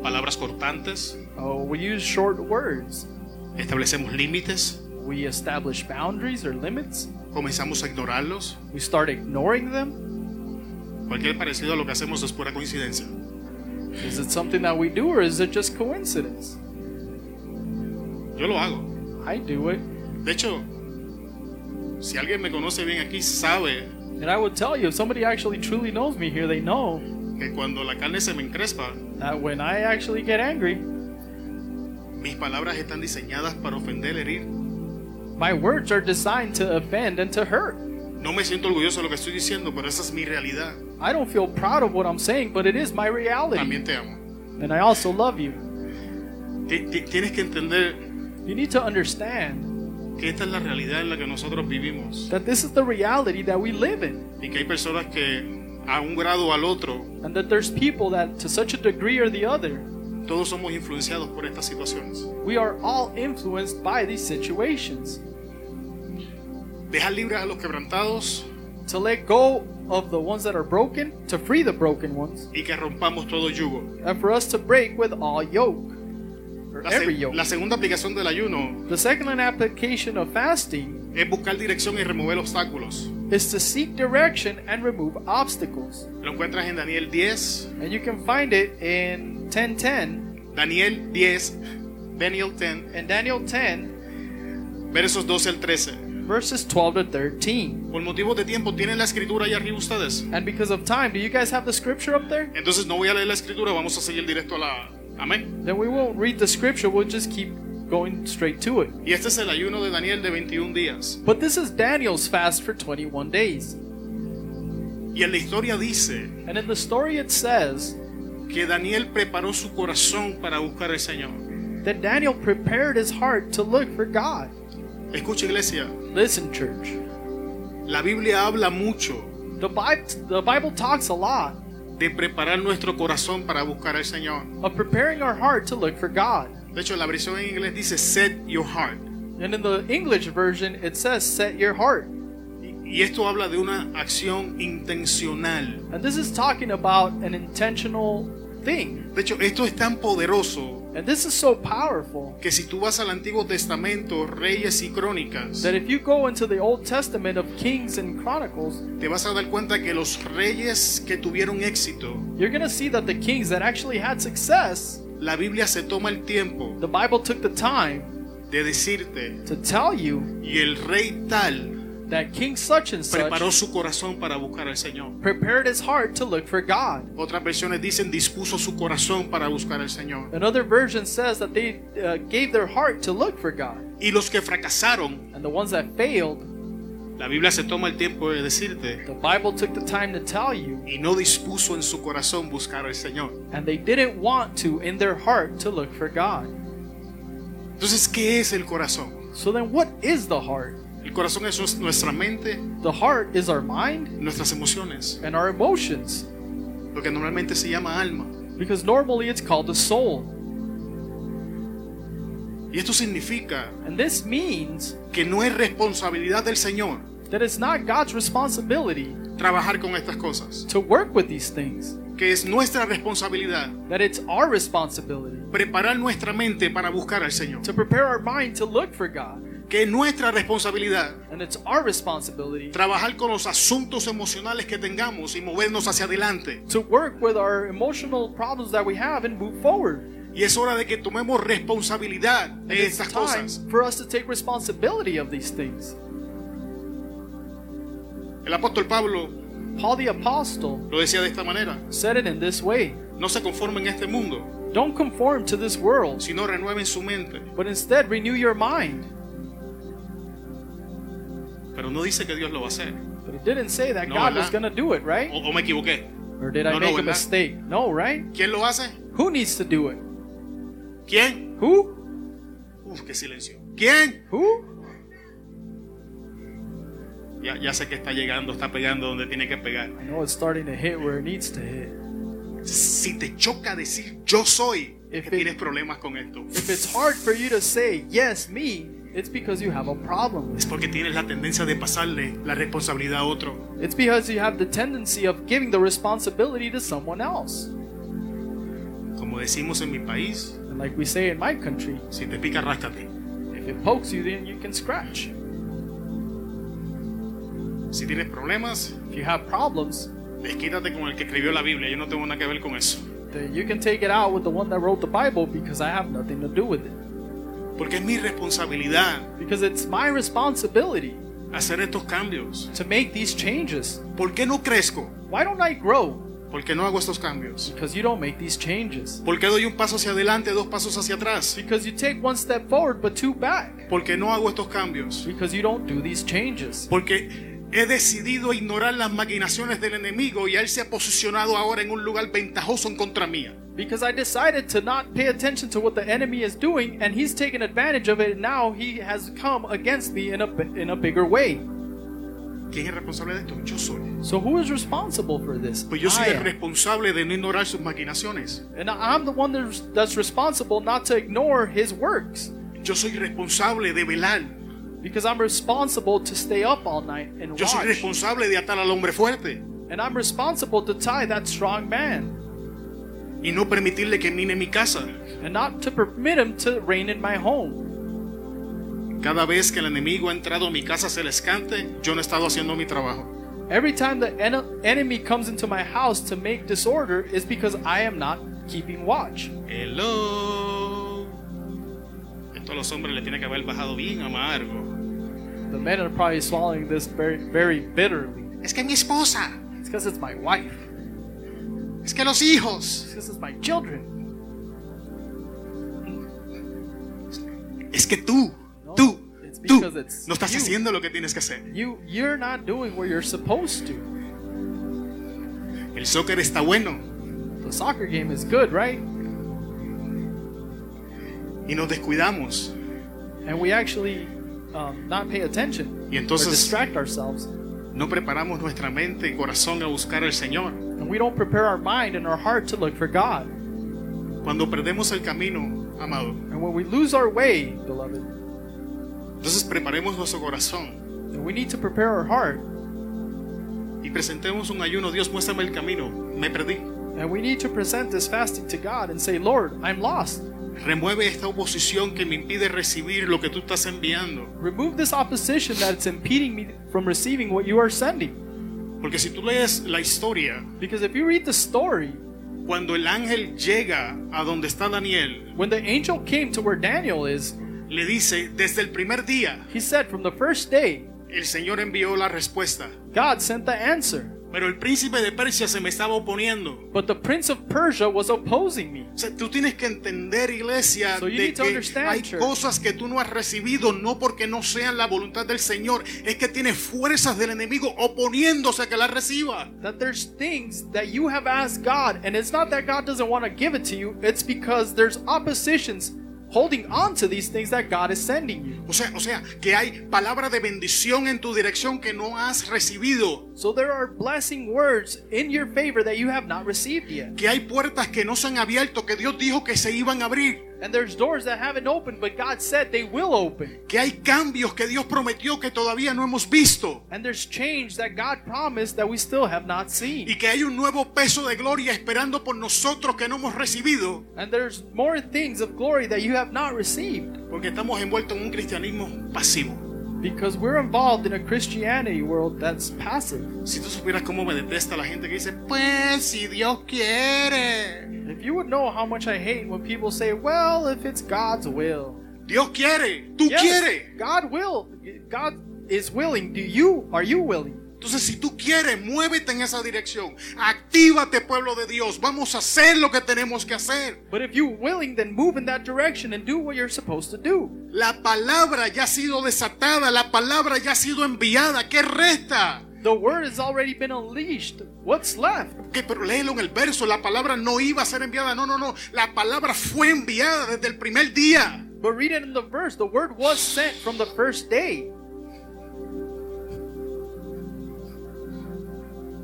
A: palabras cortantes,
B: Oh, we use short words.
A: establecemos límites,
B: We establish boundaries or limits.
A: comenzamos a ignorarlos.
B: We start ignoring them.
A: Cualquier parecido a lo que hacemos es pura coincidencia.
B: Is it something that we do or is it just coincidence?
A: Yo lo hago.
B: I do it.
A: De hecho, si alguien me conoce bien aquí, sabe
B: And I would tell you, if somebody actually truly knows me here, they know
A: que cuando la carne se me encrespa,
B: that when I actually get angry,
A: Mis palabras están diseñadas para ofender, herir.
B: my words are designed to offend and to hurt.
A: No me siento orgulloso de lo que estoy diciendo, pero esa es mi realidad.
B: I don't feel proud of what I'm saying, but it is my reality.
A: También te amo.
B: And I also love you.
A: Ti- ti- Tienes que entender
B: You need to understand
A: que esta es la realidad en la que nosotros vivimos
B: that this is the reality that we live in,
A: y que hay personas que a un grado o al otro,
B: and that there's people that, to such a degree or the other,
A: todos somos influenciados por estas situaciones.
B: we are all influenced by these situations.
A: Dejar libres a los quebrantados
B: To let go of the ones that are broken, to free the broken ones,
A: y que rompamos todo yugo.
B: and for us to break with all yoke, or
A: La, se-
B: every yoke.
A: la segunda aplicación del ayuno
B: The second application of fasting
A: es buscar dirección y remover obstáculos.
B: is to seek direction and remove obstacles.
A: Lo encuentras en Daniel 10,
B: And you can find it in 1010
A: Daniel 10, Daniel 10,
B: and Daniel 10,
A: versos 12 al 13.
B: verses 12 to 13.
A: Por motivos de tiempo, ¿tienen la escritura ahí arriba ustedes?
B: And because of time, do you guys have the scripture up there?
A: Entonces no voy a leer la escritura, vamos a seguir directo a la... Amén.
B: Then we won't read the scripture, we'll just keep going straight to it.
A: Y este es el ayuno de Daniel de 21 días.
B: But this is Daniel's fast for 21 days.
A: Y Y en la historia dice
B: And in the story, it says
A: que Daniel preparó su corazón para buscar al Señor.
B: that Daniel prepared his heart to look for God.
A: Escucha iglesia,
B: Listen, church,
A: la Biblia habla mucho
B: the Bible, the Bible talks a lot
A: de preparar nuestro corazón para buscar al Señor.
B: of preparing our heart to look for God.
A: De hecho, la versión en inglés dice set your heart.
B: And in the English version, it says, Set your heart.
A: Y esto habla de una acción intencional.
B: And this is talking about an intentional thing.
A: De hecho, esto es tan poderoso
B: And this is so powerful
A: que si tú vas al Antiguo Testamento, Reyes y Crónicas,
B: that if you go into the Old Testament of Kings and Chronicles,
A: te vas a dar cuenta que los reyes que tuvieron éxito,
B: you're going to see that the kings that actually had success,
A: la Biblia se toma el tiempo
B: the Bible took the time
A: de decirte,
B: to tell you
A: y el rey tal
B: that King such and
A: preparó
B: such
A: su corazón para buscar al Señor.
B: prepared his heart to look for God.
A: Otras versiones dicen dispuso su corazón para buscar al Señor.
B: Another version says that they uh, gave their heart to look for God.
A: Y los que fracasaron,
B: And the ones that failed,
A: la Biblia se toma el tiempo de decirte,
B: the Bible took the time to tell you,
A: y no dispuso en su corazón buscar al Señor.
B: and they didn't want to in their heart to look for God.
A: Entonces, ¿qué es el corazón?
B: So then, what is the heart?
A: El corazón es nues- nuestra mente,
B: The heart is our mind
A: nuestras emociones,
B: and our emotions,
A: lo que normalmente se llama alma.
B: because normally it's called the soul.
A: Y esto significa
B: And this means
A: que no es responsabilidad del Señor
B: that it's not God's responsibility
A: trabajar con estas cosas,
B: to work with these things,
A: que es nuestra responsabilidad
B: that it's our responsibility
A: preparar nuestra mente para buscar al Señor,
B: to prepare our mind to look for God,
A: que es nuestra responsabilidad
B: and it's our responsibility
A: trabajar con los asuntos emocionales que tengamos y movernos hacia adelante.
B: to work with our emotional problems that we have and move forward.
A: Y es hora de que tomemos responsabilidad
B: And
A: de
B: it's
A: estas
B: time
A: cosas.
B: for us to take responsibility of these things.
A: El apóstol Pablo
B: Paul the Apostle
A: lo decía de esta manera,
B: said it in this way
A: no se conformen a este mundo,
B: Don't conform to this world.
A: sino renueven su mente.
B: But instead, renew your mind.
A: Pero no dice que Dios lo va a hacer.
B: But it didn't say that
A: No,
B: God
A: ¿verdad?
B: was going to do it, right?
A: ¿O, o me equivoqué?
B: Or did I
A: No, no,
B: make a
A: ¿verdad?
B: mistake? No, right?
A: ¿Quién lo hace?
B: Who needs to do it?
A: ¿Quién?
B: Who?
A: Uf, qué silencio. ¿Quién?
B: Who?
A: Ya, ya sé que está llegando, está pegando donde tiene que pegar.
B: I know it's starting to hit where it needs to hit.
A: Si te choca decir yo soy, es
B: Efe-
A: que tienes problemas con esto.
B: If it's hard for you to say, yes, me, it's because you have a problem.
A: Es porque tienes la tendencia de pasarle la responsabilidad a otro.
B: It's because you have the tendency of giving the responsibility to someone else.
A: Como decimos en mi país,
B: And like we say in my country,
A: si te pica, ráscate.
B: if it pokes you, then you can scratch.
A: Si tienes problemas,
B: If you have problems,
A: desquítate con el que escribió la Biblia. Yo no tengo nada que ver con eso.
B: then you can take it out with the one that wrote the Bible because I have nothing to do with it.
A: Porque es mi responsabilidad
B: Because it's my responsibility
A: hacer estos cambios.
B: to make these changes.
A: ¿Por qué no crezco?
B: Why don't I grow?
A: ¿Por qué no hago estos cambios?
B: Because you don't make these changes.
A: ¿Por qué doy un paso hacia adelante, dos pasos hacia atrás?
B: Because you take one step forward but two back.
A: ¿Por qué no hago estos cambios?
B: Because you don't do these changes.
A: Porque he decidido ignorar las maquinaciones del enemigo y él se ha posicionado ahora en un lugar ventajoso en contra mía.
B: Because I decided to not pay attention to what the enemy is doing and he's taken advantage of it and now he has come against me in a in a bigger way.
A: ¿Quién es responsable de esto? Yo soy.
B: So who is responsible for this?
A: Pues yo soy
B: I
A: el
B: am.
A: responsable de no ignorar sus maquinaciones.
B: And I'm the one that's, that's responsible not to ignore his works.
A: Yo soy responsable de velar.
B: Because I'm responsible to stay up all night and
A: Yo soy
B: watch.
A: responsable de atar al hombre fuerte
B: And I'm responsible to tie that strong man
A: y no permitirle que mine mi casa.
B: and not to permit him to reign in my home.
A: Cada vez que el enemigo ha entrado a mi casa se les cante, yo no he estado haciendo mi trabajo.
B: Every time the en- enemy comes into my house to make disorder is because I am not keeping watch.
A: Hello. Esto a los hombres le tiene que haber bajado bien amargo.
B: The men are probably swallowing this very, very bitterly.
A: Es que mi esposa,
B: It's because it's my wife.
A: es que los hijos,
B: It's because it's my children.
A: es que tú,
B: No,
A: tú,
B: it's
A: tú
B: because it's
A: no estás
B: you.
A: haciendo lo que tienes que hacer.
B: You, you're not doing what you're supposed to.
A: El soccer está bueno.
B: The soccer game is good, right?
A: Y nos descuidamos.
B: And we actually um, not pay attention
A: Y
B: or
A: entonces
B: distract ourselves.
A: no preparamos nuestra mente y corazón a buscar al Señor.
B: And we don't prepare our mind and our heart to look for God.
A: Cuando perdemos el camino, amado.
B: And when we lose our way, beloved,
A: Entonces preparemos nuestro corazón
B: then we need to prepare our heart.
A: y presentemos un ayuno. Dios, muéstrame el camino. Me perdí.
B: And we need to present this fasting to God and say, Lord, I'm lost.
A: Remueve esta oposición que me impide recibir lo que tú estás enviando.
B: Remove this opposition that's impeding me from receiving what you are sending.
A: Porque si tú lees la historia,
B: Because if you read the story,
A: cuando el ángel llega a donde está Daniel,
B: when the angel came to where Daniel is,
A: le dice, desde el primer día,
B: he said, From the first day,
A: el Señor envió la respuesta.
B: God sent the answer.
A: Pero el príncipe de Persia se me estaba oponiendo.
B: But the prince of Persia was opposing me.
A: O sea, tú tienes que entender, iglesia,
B: So you
A: de
B: need to
A: que
B: understand,
A: hay
B: church.
A: cosas que tú no has recibido, no porque no sean la voluntad del Señor, es que tienes fuerzas del enemigo oponiéndose a que las reciba.
B: That there's things that you have asked God, and it's not that God doesn't want to give it to you, it's because there's oppositions holding on to these things that God is sending you.
A: O sea, o sea, que hay palabra de bendición en tu dirección que no has recibido,
B: So there are blessing words in your favor that you have not received yet.
A: que hay puertas que no se han abierto, que Dios dijo que se iban a abrir.
B: And there's doors that haven't opened, but God said they will open.
A: que hay cambios que Dios prometió que todavía no hemos visto
B: And there's change that God promised that we still have not seen.
A: y que hay un nuevo peso de gloria esperando por nosotros que no hemos recibido
B: And there's more things of glory that you have not received.
A: porque estamos envueltos en un cristianismo pasivo.
B: Because we're involved in a Christianity world that's passive.
A: Si tú supieras cómo me detesta la gente que dice, pues si Dios quiere,
B: If you would know how much I hate when people say, well, if it's God's will.
A: Dios quiere, tú
B: Yes,
A: quieres.
B: God will. God is willing. Do you? Are you willing?
A: Entonces si tú quieres, muévete en esa dirección. Actívate pueblo de Dios, vamos a hacer lo que tenemos que hacer.
B: But if you're willing, then move in that direction and do what you're supposed to do.
A: La palabra ya ha sido desatada, la palabra ya ha sido enviada, ¿qué resta?
B: The word has already been unleashed. What's left?
A: Que, pero léelo en el verso, la palabra no iba a ser enviada, no, no, no, la palabra fue enviada desde el primer día.
B: But read it in the verse. The word was sent from the first day.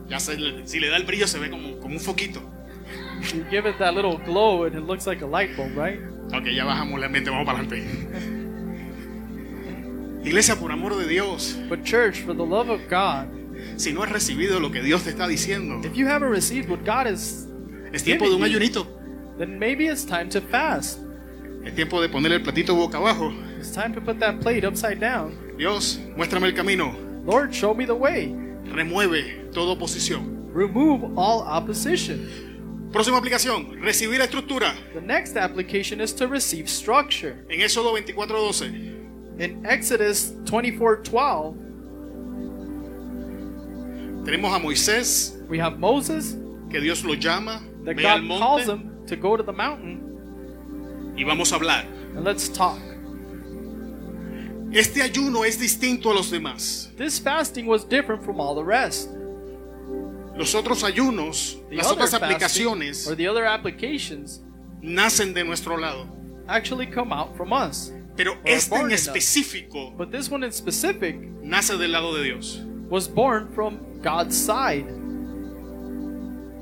A: Ya se- si le da el brillo se ve como, como un foquito.
B: You give it that little glow and it looks like a light bulb, right?
A: Ok, ya bajamos la mente, vamos para adelante. Iglesia, por amor de Dios,
B: But church, for the love of God,
A: si no has recibido lo que Dios te está diciendo,
B: if you haven't received what God is,
A: es tiempo de un ayunito,
B: then maybe it's time to fast.
A: es tiempo de poner el platito boca abajo.
B: It's time to put that plate upside down.
A: Dios, muéstrame el camino,
B: Lord, show me the way.
A: remueve toda oposición.
B: Remove all opposition.
A: Próxima aplicación, recibir estructura.
B: The next application is to receive structure.
A: En Éxodo 24:12.
B: In Exodus 24:12,
A: Tenemos a Moisés,
B: we have Moses
A: que Dios lo llama,
B: that
A: ve al
B: God calls
A: monte
B: him to go to the mountain
A: y vamos a hablar.
B: and let's talk.
A: Este ayuno es distinto a los demás.
B: This fasting was different from all the rest.
A: Los otros ayunos,
B: The
A: las
B: other
A: otras
B: fasting,
A: aplicaciones,
B: or the other applications
A: nacen de nuestro lado.
B: actually come out from us.
A: Pero
B: Or
A: este en
B: born in us.
A: específico
B: But this one in specific
A: nace del lado de Dios.
B: was born from God's side.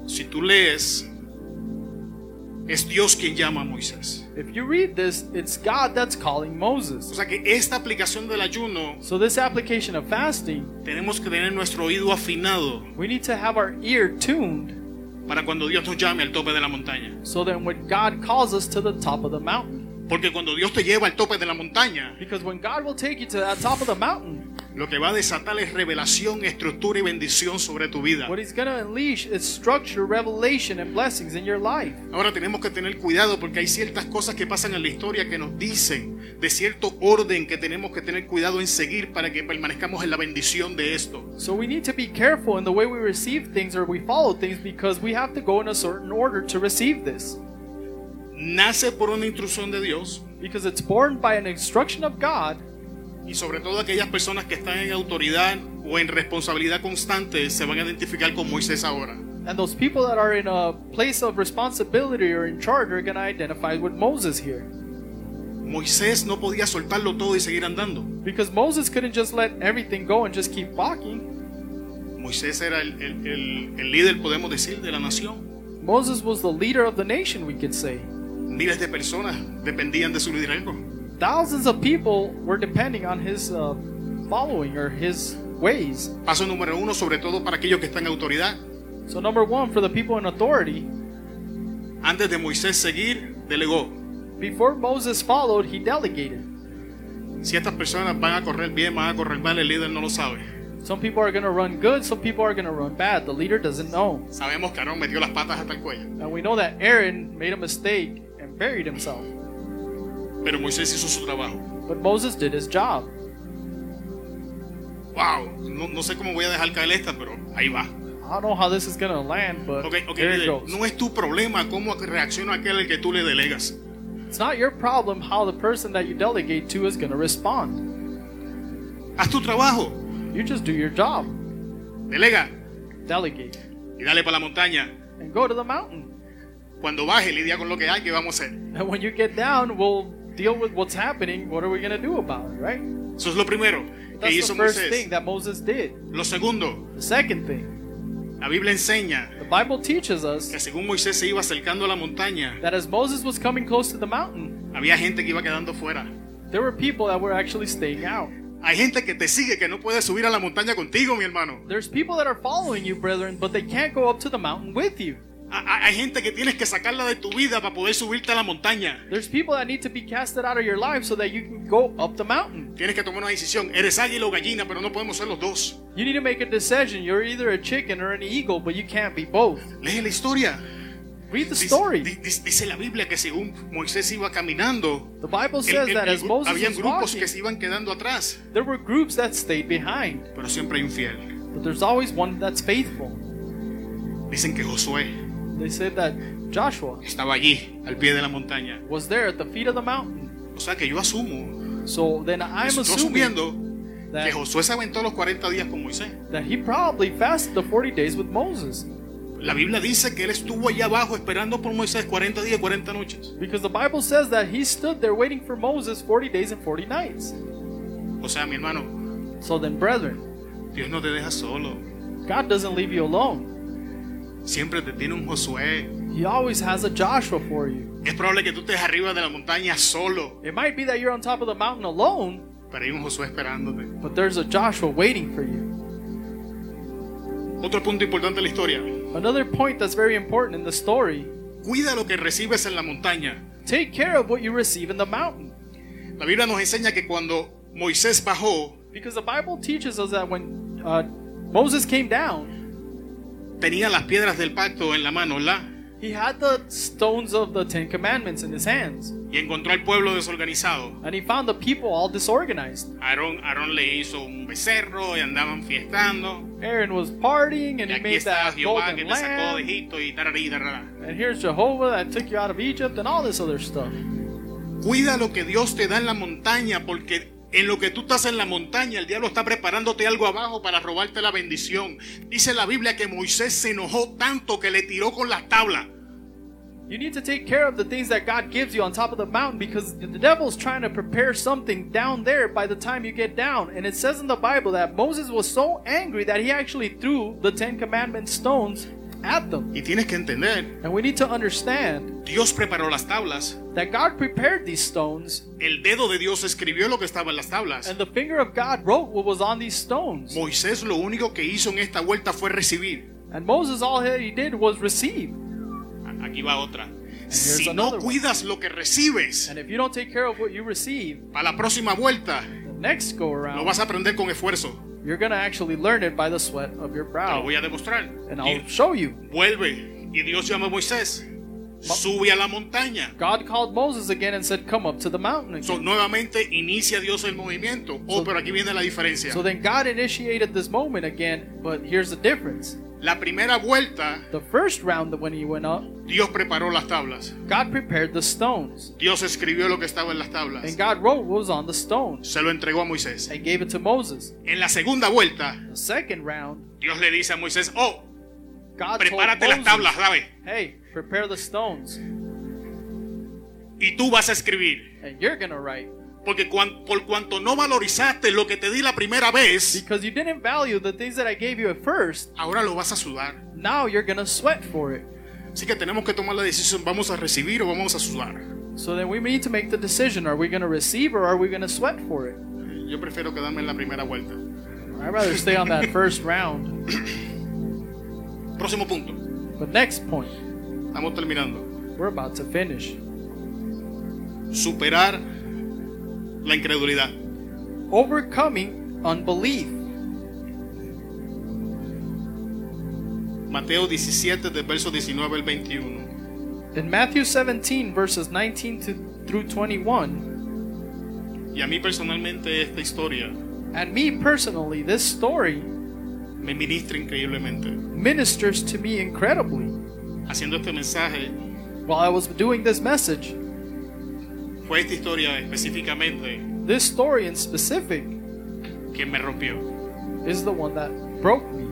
A: Si tú lees, es Dios quien llama a Moisés.
B: If you read this, it's God that's calling
A: O
B: Moses.
A: sea que esta aplicación del ayuno
B: So this application of fasting,
A: tenemos que tener nuestro oído afinado
B: we need to have our ear tuned
A: para cuando Dios nos llame al tope de la montaña.
B: so that when God calls us to the top of the mountain,
A: Porque cuando Dios te lleva al tope de la montaña,
B: because when God will take you to that top of the mountain,
A: Lo que va a desatar es revelación, estructura y bendición sobre tu vida.
B: what he's going to unleash is structure, revelation and blessings in your life.
A: Ahora tenemos que tener cuidado porque hay ciertas cosas que pasan en la historia que nos dicen de cierto orden que tenemos que tener cuidado en seguir para que permanezcamos en la bendición de esto.
B: So we need to be careful in the way we receive things or we follow things because we have to go in a certain order to receive this.
A: Nace por una instrucción de Dios
B: Because it's born by an instruction of God,
A: y sobre todo aquellas personas que están en autoridad o en responsabilidad constante se van a identificar con Moisés ahora.
B: And those people that are in a place of responsibility or in charge are going to identify with Moses here.
A: Moisés no podía soltarlo todo y seguir andando.
B: Because Moses couldn't just let everything go and just keep walking.
A: Moisés era el, el- el- el líder, podemos decir, de la nación.
B: Moses was the leader of the nation, we could say.
A: Miles de personas dependían de su liderazgo.
B: Thousands of people were depending on his uh, following or his ways.
A: Paso número uno, sobre todo para aquellos que están en autoridad.
B: So, number one, for the people in authority,
A: Antes de Moisés seguir, delegó.
B: before Moses followed, he delegated.
A: Si estas personas van a correr bien, van a correr mal, el líder no lo sabe.
B: Some people are going to run good, some people are going to run bad. The leader doesn't know.
A: Sabemos que Aarón metió las patas hasta el cuello,
B: And we know that Aaron made a mistake and buried himself.
A: pero Moisés hizo su trabajo.
B: But Moses did his job.
A: Wow, no, no sé cómo voy a dejar caer esta, pero ahí va.
B: I don't know how this is going to land, but
A: Ok, ok,
B: there it
A: líder,
B: goes.
A: no es tu problema cómo reacciona aquel al que tú le delegas.
B: It's not your problem how the person that you delegate to is going to respond.
A: Haz tu trabajo,
B: You just do your job.
A: delega
B: Delegate.
A: y dale para la montaña.
B: And go to the mountain. *laughs*
A: Cuando baje, lidia con lo que hay, que vamos a hacer.
B: And when you get down, we'll deal with what's happening. What are we going to do about it, right?
A: Eso es lo primero que
B: That's
A: hizo
B: the first
A: Moisés.
B: thing that Moses did.
A: Lo segundo,
B: The second thing,
A: la Biblia enseña
B: the Bible teaches us
A: que según Moisés se iba acercando a la montaña,
B: that as Moses was coming close to the mountain,
A: había gente que iba quedando fuera.
B: there were people that were actually staying out.
A: Hay gente que te sigue que no puede subir a la montaña contigo, mi hermano.
B: There's people that are following you, brethren, but they can't go up to the mountain with you.
A: Ha- ha- Hay gente que tienes que sacarla de tu vida para poder subirte a la montaña.
B: There's people that need to be casted out of your life so that you can go up the mountain.
A: Tienes que tomar una decisión. Eres águila o gallina, pero no podemos ser los dos.
B: You need to make a decision. You're either a chicken or an eagle, but you can't be both.
A: Lee la historia.
B: Read the
A: Dice- di-
B: story.
A: di- Dice la Biblia que según Moisés iba caminando,
B: The Bible
A: el-
B: says
A: el-
B: that
A: el
B: as
A: gru-
B: Moses
A: habían
B: was
A: grupos
B: walking,
A: que se iban quedando atrás.
B: there were groups that stayed behind,
A: Pero siempre hay un fiel.
B: but there's always one that's faithful.
A: Dicen que Josué
B: They said that Joshua
A: estaba allí, al pie de la montaña.
B: was there at the feet of the mountain.
A: O sea que yo asumo,
B: So then I'm
A: estoy
B: assuming
A: asumiendo que
B: that,
A: Josué se aventó los 40 días con Moisés.
B: that he probably fasted the 40 days with Moses.
A: La Biblia dice que él estuvo allá abajo esperando por Moisés 40 días y 40 noches.
B: Because the Bible says that he stood there waiting for Moses 40 days and 40 nights.
A: O sea, mi hermano,
B: So then, brethren,
A: Dios no te deja solo.
B: God doesn't leave you alone.
A: Siempre te tiene un Josué.
B: He always has a Joshua for you.
A: Es probable que tú estés arriba de la montaña solo,
B: It might be that you're on top of the mountain alone,
A: pero hay un Josué esperándote.
B: but there's a Joshua waiting for you.
A: Otro punto importante de la historia.
B: Another point that's very important in the story
A: Cuida lo que recibes en la montaña.
B: take care of what you receive in the mountain.
A: La Biblia nos enseña que cuando Moisés bajó,
B: Because the Bible teaches us that when uh, Moses came down,
A: tenía las piedras del pacto en la mano, ¿verdad?
B: he had the stones of the Ten Commandments in his hands,
A: Y encontró al pueblo desorganizado.
B: and he found the people all disorganized.
A: Aarón, Aarón le hizo un becerro y andaban fiestando.
B: Aaron was partying and
A: Y
B: he
A: aquí
B: made
A: está
B: that
A: Jehová que
B: golden
A: te sacó de
B: lamb.
A: Egipto y tararí, tarará.
B: And here's Jehovah that took you out of Egypt and all this other stuff.
A: Cuida lo que Dios te da en la montaña, porque en lo que tú estás en la montaña, el diablo está preparándote algo abajo para robarte la bendición. Dice la Biblia que Moisés se enojó tanto que le tiró con las tablas.
B: You need to take care of the things that God gives you on top of the mountain because the devil's trying to prepare something down there by the time you get down. And it says in the Bible that Moses was so angry that he actually threw the Ten Commandment stones at them.
A: Y tienes que entender,
B: And we need to understand
A: Dios preparó las tablas.
B: that God prepared these stones
A: El dedo de Dios escribió lo que estaba en las tablas.
B: and the finger of God wrote what was on these stones.
A: Moisés lo único que hizo en esta vuelta fue recibir.
B: And Moses, all he did was receive.
A: Aquí va otra.
B: here's
A: Si no
B: another one.
A: cuidas lo que recibes,
B: And if you don't take care of what you receive,
A: para la próxima vuelta
B: the next go
A: lo
B: around,
A: vas a aprender con esfuerzo.
B: You're gonna actually learn it by the sweat of your
A: Te lo
B: brow.
A: voy a demostrar.
B: And
A: Y
B: I'll show you.
A: vuelve y Dios llama a Moisés. Sube a la montaña.
B: God called Moses again and said, Come up to the mountain again.
A: So, nuevamente inicia Dios el movimiento. Oh,
B: So-
A: pero aquí viene la diferencia.
B: So then God initiated this moment again, but here's the difference.
A: La primera vuelta,
B: The first round that when he went up,
A: Dios preparó las tablas.
B: God prepared the stones.
A: Dios escribió lo que estaba en las
B: And
A: tablas.
B: God wrote what was on the stones
A: Se lo entregó a Moisés.
B: and gave it to Moses.
A: En la segunda vuelta,
B: The second round,
A: Dios le dice a Moisés, oh,
B: God told
A: prepárate las
B: Moses,
A: tablas, ¿sabes?
B: Hey, prepare the stones,
A: Y tú vas a escribir.
B: and you're gonna write
A: Porque cuan- por cuanto no valorizaste lo que te di la primera vez,
B: because you didn't value the things that I gave you at first.
A: ahora lo vas a sudar.
B: Now you're gonna sweat for it.
A: Así que tenemos que tomar la decisión, vamos a recibir o vamos a sudar.
B: So then we need to make the decision: Are we gonna receive or are we gonna sweat for it?
A: Yo prefiero quedarme en la primera vuelta.
B: I'd rather stay on that first round.
A: Próximo punto.
B: But next point,
A: Estamos terminando.
B: we're about to finish.
A: Superar la incredulidad.
B: Overcoming unbelief.
A: Mateo 17, del verso 19 al 21.
B: In Matthew 17, verses 19 to, through 21,
A: Y a mí personalmente esta historia
B: and me personally, this story
A: me ministra increíblemente.
B: ministers to me incredibly.
A: Haciendo este mensaje,
B: While I was doing this message,
A: fue esta historia específicamente
B: this story in specific
A: quien me rompió.
B: is the one that broke me.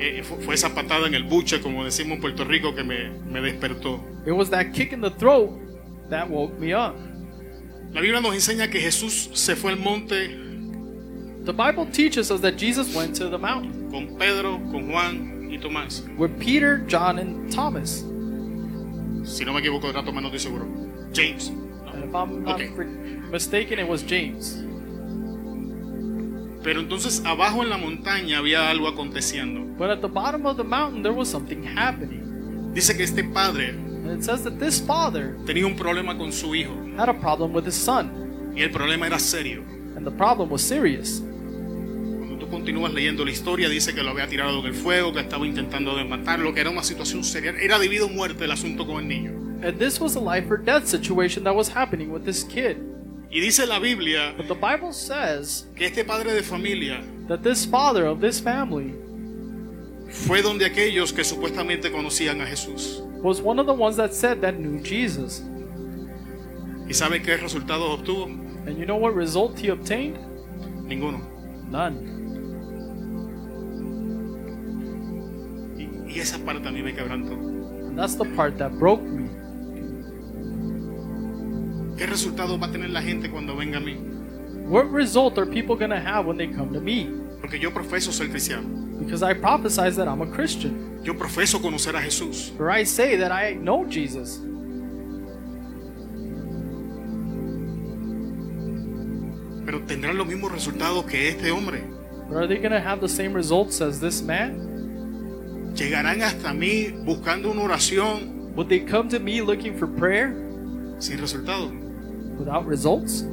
A: Eh, fu- fue esa patada en el buche, como decimos en Puerto Rico, que me, me despertó.
B: It was that kick in the throat that woke me up.
A: La Biblia nos enseña que Jesús se fue al monte
B: The Bible teaches us that Jesus went to the mountain
A: con Pedro, con Juan y Tomás.
B: with Peter, John, and Thomas.
A: Si no me equivoco, ahora Tomás no estoy seguro. James.
B: And if I'm not
A: Okay.
B: fr- mistaken, it was James.
A: Pero entonces abajo en la montaña había algo aconteciendo.
B: But at the bottom of the mountain, there was something happening.
A: Dice que este padre
B: And it says that this father
A: tenía un problema con su hijo
B: had a problem with his son,
A: y el problema era serio.
B: and the problem was serious.
A: Cuando tú continúas leyendo la historia, dice que lo había tirado en el fuego, que estaba intentando de matarlo, que era una situación seria. Era debido a muerte el asunto con el niño.
B: And this was a life or death situation that was happening with this kid.
A: Y dice la Biblia
B: But the Bible says
A: que este padre de familia
B: that this father of this family
A: fue donde aquellos que supuestamente conocían a Jesús.
B: was one of the ones that said that knew Jesus.
A: ¿Y sabe qué resultados obtuvo?
B: And you know what result he obtained?
A: Ninguno.
B: None.
A: Y, y esa parte a mí me quebrantó.
B: And that's the part that broke me.
A: ¿Qué resultados va a tener la gente cuando venga a mí?
B: What result are people going to have when they come to me?
A: Porque yo profeso ser cristiano.
B: Because I prophesize that I'm a Christian,
A: Yo profeso conocer a Jesús.
B: for I say that I know Jesus.
A: Pero tendrán los mismos resultados que este hombre.
B: But are they going to have the same results as this man?
A: Llegarán hasta mí buscando una oración
B: Would they come to me looking for prayer
A: sin resultado.
B: without results?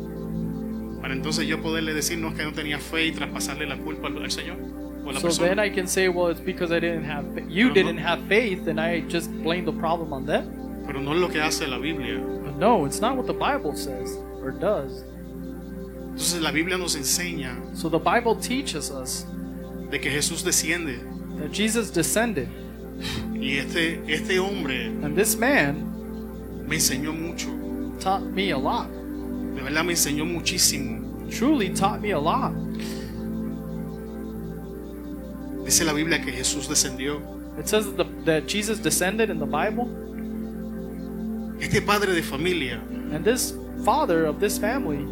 A: Para entonces yo poderle decir no es que no tenía fe y traspasarle la culpa al, al Señor o a la
B: So then
A: persona.
B: I can say, well, it's because I didn't have fa- you
A: Uh-huh.
B: didn't have faith, and I just blame the problem on them.
A: Pero no es lo que hace la Biblia.
B: But no, it's not what the Bible says or does.
A: Entonces la Biblia nos enseña
B: So the Bible teaches us
A: de que Jesús desciende
B: that Jesus descended,
A: y este, este hombre
B: and this man
A: me enseñó mucho.
B: taught me a lot.
A: De verdad me enseñó muchísimo.
B: Truly taught me a lot.
A: Dice la Biblia que Jesús descendió.
B: It says that, the, that Jesus descended in the Bible,
A: Este padre de familia
B: and this father of this family,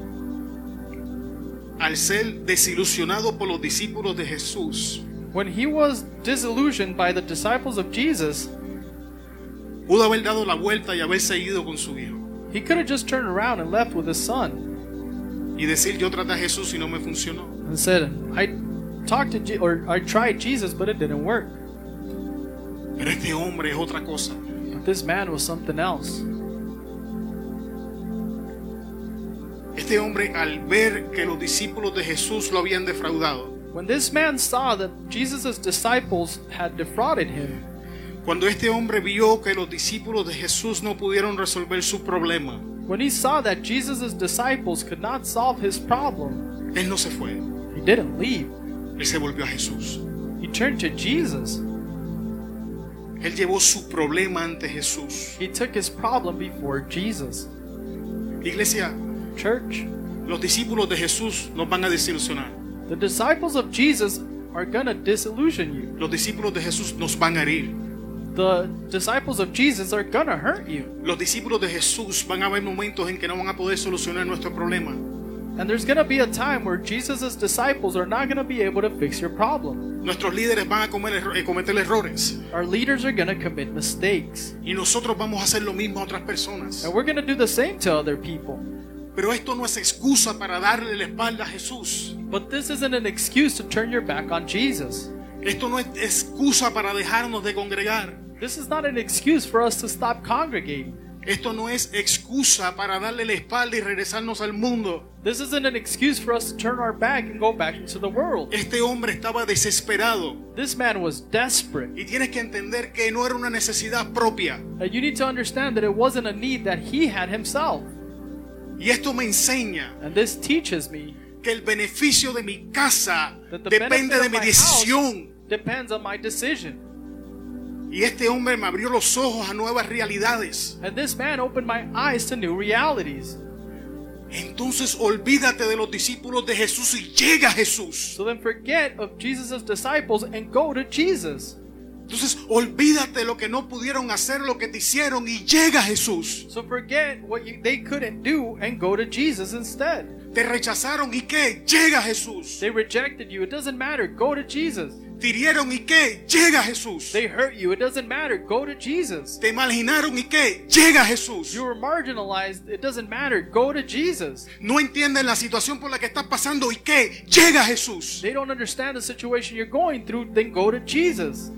A: al ser desilusionado por los discípulos de Jesús,
B: when he was disillusioned by the disciples of Jesus,
A: pudo haber dado la vuelta y haberse ido con su hijo.
B: he could have just turned around and left with his son
A: Y decir, yo traté a Jesús y no me funcionó.
B: and said, "I talked to Je- or I tried Jesus, but it didn't work."
A: Pero este hombre es otra cosa.
B: But this man was something else.
A: Este hombre al ver que los discípulos de Jesús lo habían defraudado,
B: When this man saw that Jesus' disciples had defrauded him,
A: cuando este hombre vio que los discípulos de Jesús no pudieron resolver su problema,
B: when he saw that Jesus' disciples could not solve his problem,
A: él no se fue,
B: he didn't leave.
A: él se volvió a Jesús.
B: He turned to Jesus.
A: Él llevó su problema ante Jesús.
B: He took his problem before Jesus.
A: Iglesia,
B: Church,
A: los discípulos de Jesús nos van a desilusionar.
B: the disciples of Jesus are gonna disillusion you.
A: Los discípulos de Jesús nos van a herir.
B: The disciples of Jesus are gonna hurt you.
A: Los discípulos de Jesús van a haber momentos en que no van a poder solucionar nuestro problema.
B: And there's gonna be a time where Jesus' disciples are not gonna be able to fix your problem.
A: Nuestros líderes van a comer erro- eh, cometer errores.
B: Our leaders are gonna commit mistakes.
A: Y nosotros vamos a hacer lo mismo a otras personas.
B: And we're gonna do the same to other people.
A: Pero esto no es excusa para darle la espalda a Jesús.
B: But this isn't an excuse to turn your back on Jesus.
A: Esto no es excusa para dejarnos de congregar.
B: This is not an excuse for us to stop congregating.
A: Esto no es excusa para darle la espalda y regresarnos al mundo.
B: This isn't an excuse for us to turn our back and go back into the world.
A: Este hombre estaba desesperado
B: This man was desperate.
A: y tienes que entender que no era una necesidad propia.
B: And you need to understand that it wasn't a need that he had himself.
A: Y esto me enseña
B: And this teaches me
A: que el beneficio de mi casa
B: that the
A: depende
B: benefit
A: de
B: of
A: mi
B: my house
A: decisión.
B: depends on my decision.
A: Y este hombre me abrió los ojos a nuevas realidades.
B: And this man opened my eyes to new realities.
A: Entonces olvídate de los discípulos de Jesús y llega a Jesús.
B: So then forget of Jesus' disciples and go to Jesus.
A: Entonces olvídate de lo que no pudieron hacer, lo que te hicieron y llega a Jesús.
B: So forget what you, they couldn't do and go to Jesus instead.
A: Te rechazaron y qué, llega Jesús.
B: They rejected you. It doesn't matter. Go to Jesus.
A: Te hirieron y qué, llega Jesús.
B: They hurt you. It doesn't matter. Go to Jesus.
A: Te marginaron y qué, llega Jesús.
B: You were marginalized. It doesn't matter. Go to Jesus.
A: No entienden la situación por la que estás pasando y qué, llega Jesús.
B: They don't understand the situation you're going through. Then go to Jesus.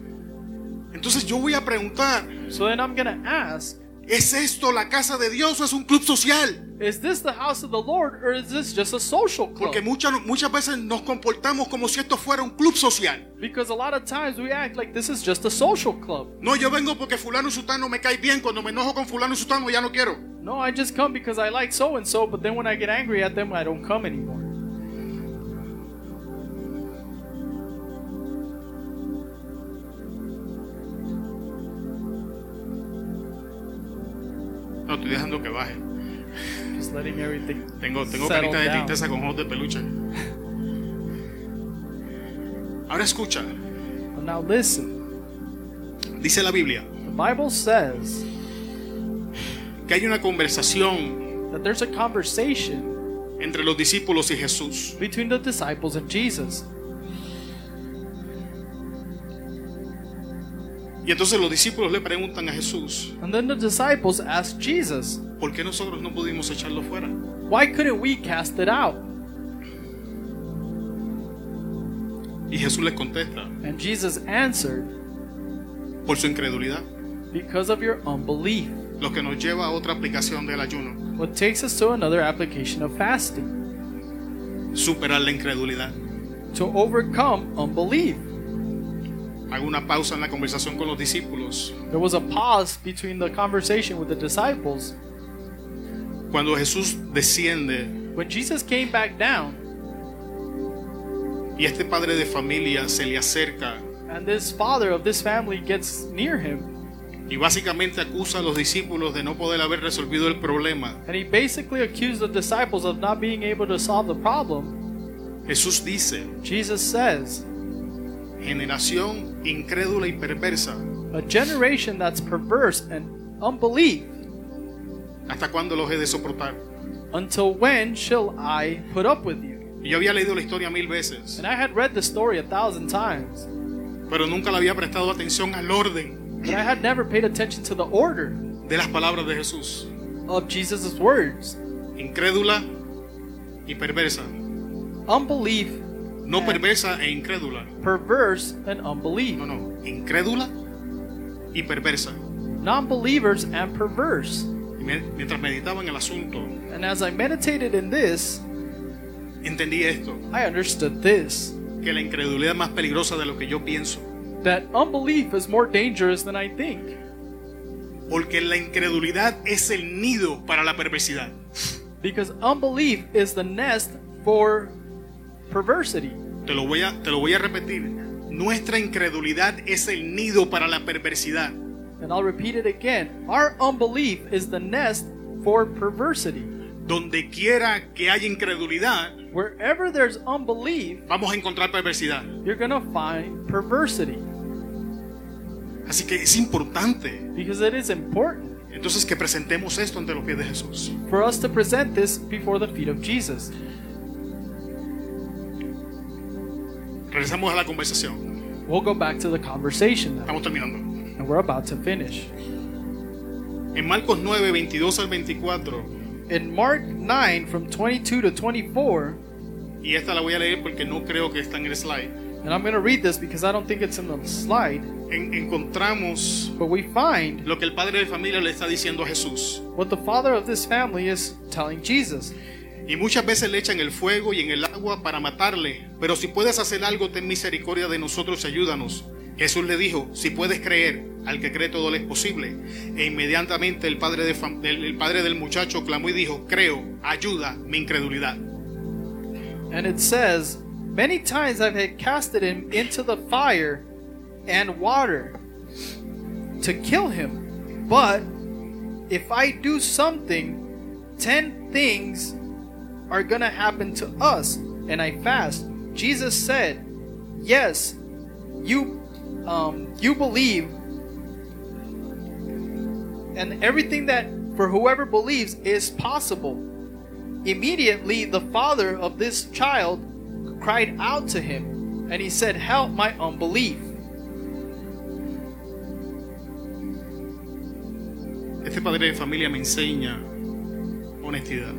A: Entonces yo voy a preguntar,
B: So then I'm gonna ask:
A: ¿es esto la casa de Dios o es un club social?
B: Is this the house of the Lord, or is this just a social club?
A: Porque muchas, muchas veces nos comportamos como si esto fuera un club social.
B: Because a lot of times we act like this is just a social club.
A: No, yo vengo porque fulano y sutano me cae bien. Cuando me enojo con fulano y sutano ya no quiero.
B: No, I just come because I like so and so, but then when I get angry at them, I don't come anymore.
A: No, estoy dejando que baje.
B: Just letting everything.
A: Tengo, tengo
B: settle
A: caritas de
B: down.
A: tristeza con ojos de peluche. Ahora escucha,
B: Now listen.
A: dice la Biblia,
B: The Bible says
A: que hay una conversación
B: that there's a conversation
A: entre los discípulos y Jesús.
B: between the disciples and Jesus.
A: Y entonces los discípulos le preguntan a Jesús,
B: And then the disciples asked Jesus,
A: ¿por qué nosotros no pudimos echarlo fuera?
B: Why couldn't we cast it out?
A: Y Jesús les contesta,
B: And Jesus answered,
A: por su incredulidad,
B: Because of your unbelief.
A: lo que nos lleva a otra aplicación del ayuno,
B: What takes us to another application of fasting
A: superar la incredulidad.
B: to overcome unbelief.
A: Hago una pausa en la conversación con los discípulos.
B: There was a pause between the conversation with the disciples.
A: Cuando Jesús desciende
B: When Jesus came back down
A: y este padre de familia se le acerca
B: and this father of this family gets near him,
A: y básicamente acusa a los discípulos de no poder haber resolvido el problema,
B: and he basically accused the disciples of not being able to solve the problem,
A: Jesús dice,
B: Jesus says,
A: generación incrédula y perversa,
B: A generation that's perverse and unbelief,
A: ¿hasta cuándo los he de soportar?
B: until when shall I put up with you?
A: Y yo había leído la historia mil veces,
B: And I had read the story a thousand times,
A: pero nunca le había prestado atención al orden
B: but I had never paid attention to the order
A: de las palabras de Jesús.
B: of Jesus' words.
A: Incrédula y perversa.
B: Unbelief,
A: No perversa e incrédula.
B: perverse, and unbelief.
A: No, no. Incrédula y perversa.
B: Non believers and perverse.
A: Y me- mientras meditaba en el asunto,
B: And as I meditated in this,
A: entendí esto,
B: I understood this
A: que la incredulidad es más peligrosa de lo que yo pienso.
B: that unbelief is more dangerous than I think.
A: Porque la incredulidad es el nido para la perversidad.
B: Because unbelief is the nest for perversity.
A: Te lo voy a, te lo voy a repetir. Nuestra incredulidad es el nido para la perversidad.
B: And I'll repeat it again our unbelief is the nest for perversity.
A: Donde quiera que haya incredulidad,
B: Wherever there's unbelief,
A: vamos a encontrar perversidad.
B: you're going to find perversity
A: Así que es importante
B: because it is important
A: entonces que presentemos esto ante los pies de Jesús.
B: for us to present this before the feet of Jesus.
A: Regresamos a la conversación.
B: We'll go back to the conversation now,
A: Estamos terminando.
B: and we're about to finish.
A: En Marcos 9, 22 al 24,
B: In Mark 9, from 22 to 24,
A: y esta la voy a leer porque no creo que está en el slide,
B: and I'm going to read this because I don't think it's in the slide,
A: en- encontramos
B: but we find
A: lo que el padre de familia le está diciendo a Jesús.
B: what the father of this family is telling Jesus.
A: Y muchas veces le echan el fuego y en el agua para matarle. Pero si puedes hacer algo, ten misericordia de nosotros y ayúdanos. Jesús le dijo, si puedes creer, al que cree todo le es posible. E inmediatamente el padre, de fam- del- el padre del muchacho clamó y dijo, creo, ayuda mi incredulidad.
B: And it says, Many times I've had casted him into the fire and water to kill him. But if I do something, ten things are going to happen to us. And I fast. Jesus said, Yes, you, um, you believe. And everything that for whoever believes is possible. Immediately, the father of this child cried out to him, and he said, Help my unbelief.
A: Este padre de familia me enseña honestidad.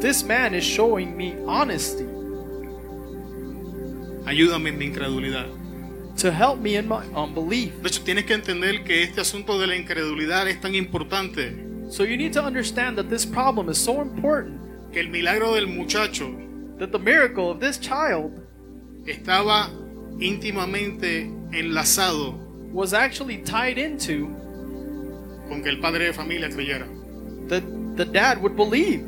B: This man is showing me honesty
A: Ayúdame en mi incredulidad.
B: to help me in my unbelief.
A: De hecho, tienes que entender que este asunto de la incredulidad es tan importante
B: So, you need to understand that this problem is so important
A: que el milagro del muchacho
B: that the miracle of this child
A: estaba íntimamente enlazado
B: was actually tied into
A: con que el padre de familia creyera.
B: that the dad would believe.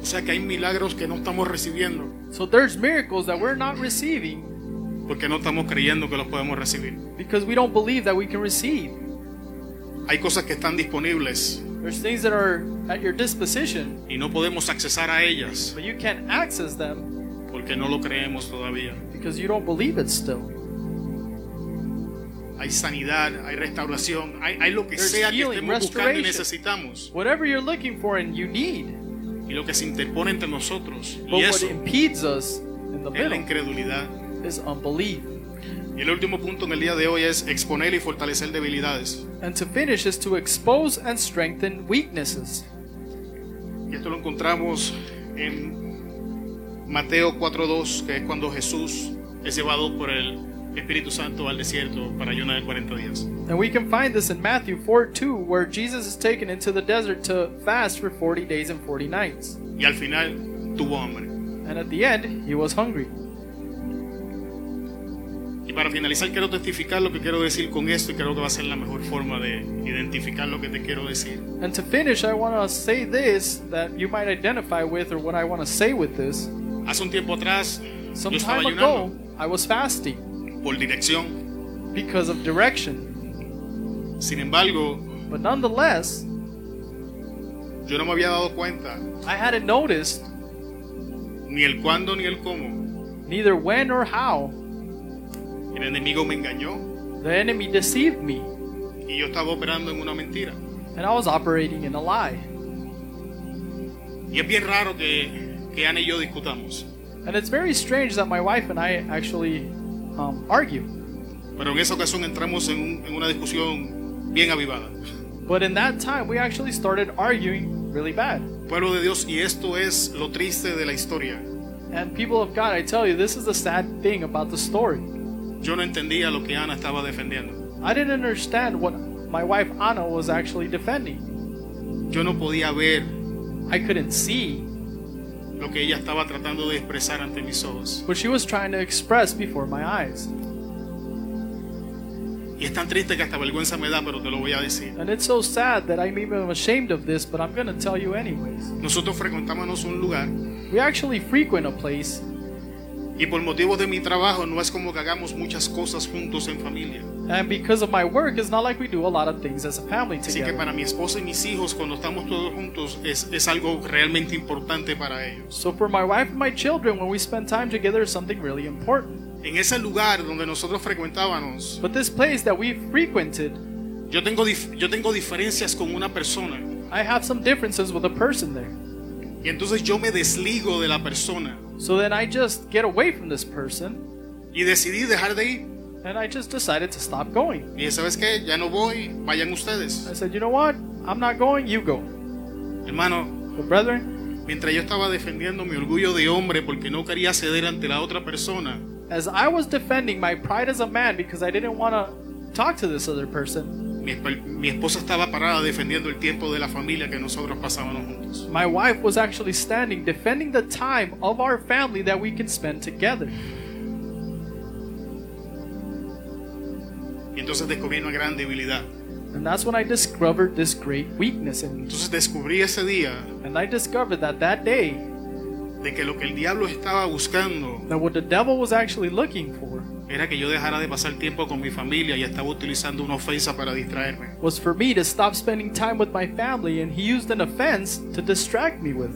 A: O sea que hay milagros que no estamos recibiendo
B: So, there's miracles that we're not receiving
A: porque no estamos creyendo que los podemos recibir.
B: because we don't believe that we can receive.
A: Hay cosas que están disponibles
B: There's things that are at your disposition,
A: y no podemos accesar a ellas
B: but you can't access them
A: porque no lo creemos todavía.
B: because you don't believe it still.
A: Hay sanidad, hay restauración, hay, hay lo que
B: There's
A: sea que
B: healing,
A: estemos buscando y
B: restoration.
A: necesitamos.
B: Whatever you're looking for and you need,
A: Y lo que se interpone entre nosotros
B: but
A: y
B: what
A: eso
B: impedes us in the
A: es la
B: middle
A: incredulidad.
B: is unbelief.
A: Y el último punto en el día de hoy es exponer y fortalecer debilidades.
B: And to finish is to expose and strengthen weaknesses.
A: Y esto lo encontramos en Mateo 4.2, que es cuando Jesús es llevado por el Espíritu Santo al desierto para ayunar 40 días.
B: And we can find this in Matthew 4 2, where Jesus is taken into the desert to fast for 40 days and 40 nights.
A: Y al final tuvo hambre.
B: And at the end, he was hungry.
A: Y para finalizar quiero testificar lo que quiero decir con esto y creo que va a ser la mejor forma de identificar lo que te quiero decir.
B: And to finish, I want to say this that you might identify with, or what I want to say with this.
A: Hace un tiempo atrás yo
B: Some
A: estaba
B: time ago,
A: ayunando
B: I was fasting
A: por dirección.
B: because of direction.
A: Sin embargo,
B: But nonetheless,
A: yo no me había dado cuenta
B: I hadn't noticed
A: ni el cuándo ni el cómo.
B: neither when or how
A: El enemigo me engañó
B: the enemy deceived me
A: y yo estaba operando en una mentira.
B: and I was operating in a lie.
A: Y es bien raro que, que Ana y yo discutamos.
B: And it's very strange that my wife and I actually um, argue.
A: Pero en esa ocasión entramos en, un- en una discusión bien avivada.
B: But in that time, we actually started arguing really bad.
A: Pueblo de Dios, y esto es lo triste de la historia.
B: And people of God, I tell you, this is the sad thing about the story.
A: Yo no entendía lo que Ana estaba defendiendo.
B: I didn't understand what my wife Anna was actually defending.
A: Yo no podía ver
B: I couldn't see
A: lo que ella estaba tratando de expresar ante mis ojos.
B: what she was trying to express before my eyes.
A: Y es tan triste que hasta vergüenza me da, pero te lo voy a decir.
B: And it's so sad that I'm even ashamed of this, but I'm going to tell you anyways.
A: Nosotros frecuentábamos un lugar
B: We actually frequent a place
A: y por motivos de mi trabajo no es como que hagamos muchas cosas juntos en familia.
B: And because of my work, it's not like we do a lot of things as a family
A: Así que
B: together.
A: para mi esposa y mis hijos, cuando estamos todos juntos, es, es algo realmente importante para ellos.
B: So for my wife and my children, when we spend time together, is something really important.
A: En ese lugar donde nosotros frecuentábamos,
B: But this place that we frequented,
A: yo tengo, dif- yo tengo diferencias con una persona.
B: I have some differences with the person there.
A: Y entonces yo me desligo de la persona.
B: So then I just get away from this person,
A: Y decidí dejar de ir.
B: and I just decided to stop going.
A: Y dije, ¿sabes qué? Ya no voy, vayan ustedes.
B: I said, you know what? I'm not going. You go.
A: Hermano,
B: But brethren,
A: mientras yo estaba defendiendo mi orgullo de hombre porque no quería ceder ante la otra persona,
B: as I was defending my pride as a man because I didn't want to talk to this other person,
A: mi, esp- mi esposa estaba parada defendiendo el tiempo de la familia que nosotros pasábamos juntos.
B: my wife was actually standing defending the time of our family that we can spend together.
A: Y entonces descubrí una gran debilidad.
B: And that's when I discovered this great weakness in me.
A: Entonces descubrí ese día
B: And I discovered that that day,
A: de que lo que el diablo estaba buscando
B: that what the devil was actually looking for
A: era que yo dejara de pasar tiempo con mi familia y estaba utilizando una ofensa para distraerme.
B: was for me to stop spending time with my family, and he used an offense to distract me with.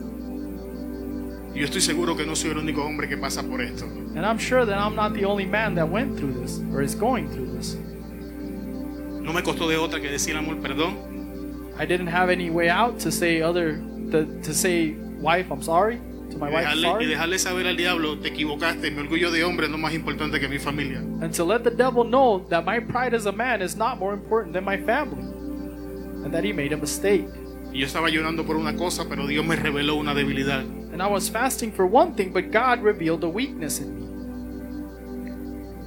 A: Y yo estoy seguro que no soy el único hombre que pasa por esto.
B: And I'm sure that I'm not the only man that went through this or is going through this.
A: No me costó de otra que decir amor, perdón.
B: I didn't have any way out to say other to, to say wife, I'm sorry to my
A: Y
B: wife,
A: dejarle, y
B: sorry,
A: dejarle saber al diablo, te equivocaste, mi orgullo de hombre es no más importante que mi familia.
B: and to let the devil know that my pride as a man is not more important than my family, and that he made a mistake.
A: Y yo estaba llorando por una cosa, pero Dios me reveló una debilidad.
B: And I was fasting for one thing, but God revealed a weakness in me.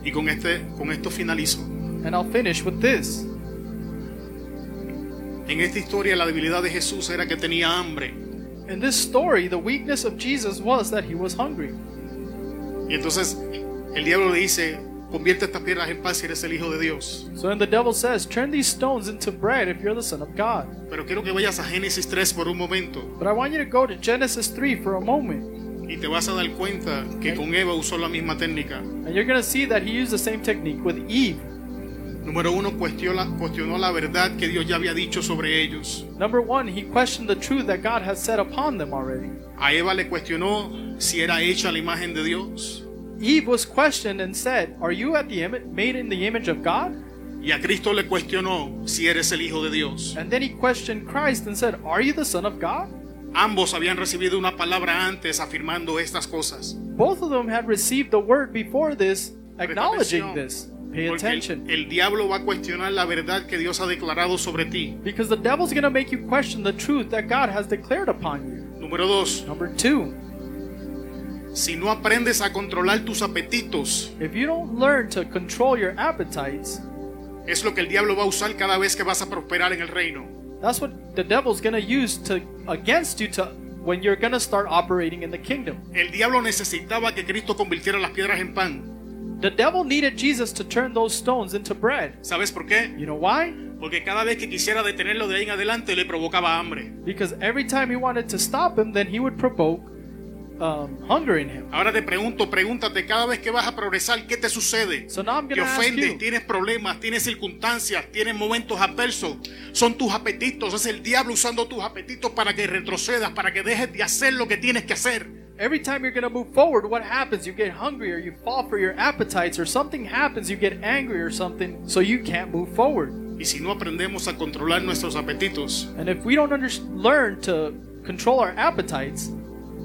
A: Y con, este, con esto finalizo.
B: And I'll finish with this.
A: En esta historia la debilidad de Jesús era que tenía hambre.
B: In this story, the weakness of Jesus was that he was hungry.
A: Y entonces el diablo le dice, convierte estas piedras en paz si eres el Hijo de Dios.
B: So then the devil says, Turn these stones into bread if you're the Son of God.
A: Pero quiero que vayas a Génesis 3 por un momento
B: But I want you to go to Genesis 3 for a moment,
A: y te vas a dar cuenta que con Eva usó la misma técnica.
B: and you're going to see that he used the same technique with Eve.
A: Número uno, cuestionó, cuestionó la verdad que Dios ya había dicho sobre ellos.
B: Number one, he questioned the truth that God has said upon them already.
A: A Eva le cuestionó si era hecha la imagen de Dios.
B: Eve was questioned and said, Are you at the Im- made in the image of God?
A: Y a Cristo le cuestionó si eres el Hijo de Dios.
B: And then he questioned Christ and said, Are you the Son of God?
A: Ambos habían recibido una palabra antes afirmando estas cosas.
B: Both of them had received the word before this, acknowledging
A: Presta atención,
B: this. Pay
A: porque el-
B: attention.
A: el diablo va a cuestionar la verdad que Dios ha declarado sobre ti.
B: Because the devil's going to make you question the truth that God has declared upon you.
A: Número dos,
B: Number two,
A: si no aprendes a controlar tus apetitos,
B: if you don't learn to control your appetites,
A: es lo que el diablo va a usar cada vez que vas a prosperar en el reino.
B: That's what the devil's gonna use to against you to when you're gonna start operating in the kingdom.
A: El diablo necesitaba que Cristo convirtiera las piedras en pan.
B: The devil needed Jesus to turn those stones into bread.
A: ¿Sabes por qué?
B: You know why?
A: Porque cada vez que quisiera detenerlo de ahí en adelante le provocaba hambre.
B: Because every time he wanted to stop him, then he would provoke um, hunger in him.
A: Ahora te pregunto, pregúntate, cada vez que vas a progresar, ¿qué te sucede?
B: So now I'm
A: Te
B: gonna ask
A: ofendes,
B: you.
A: tienes problemas, tienes circunstancias, tienes momentos adversos. Son tus apetitos, es el diablo usando tus apetitos para que retrocedas, para que dejes de hacer lo que tienes que hacer.
B: Every time you're gonna move forward, what happens? You get hungry, or you fall for your appetites, or something happens. You get angry, or something, so you can't move forward.
A: Y si no aprendemos a controlar nuestros apetitos,
B: And if we don't under- learn to control our appetites,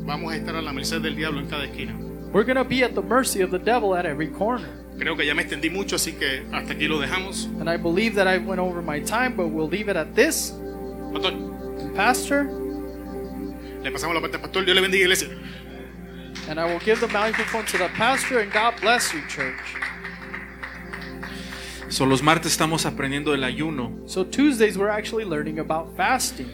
A: vamos a estar a la merced del diablo en cada esquina.
B: we're gonna be at the mercy of the devil at every corner.
A: Creo que ya me extendí mucho, así que hasta aquí lo dejamos.
B: And I believe that I went over my time, but we'll leave it at this.
A: Pastor,
B: Pastor,
A: le pasamos la parte al pastor. Dios le bendiga, iglesia.
B: and I will give the microphone to the pastor, and God bless you, church.
C: So, los martes estamos aprendiendo el ayuno.
B: So, Tuesdays, we're actually learning about fasting,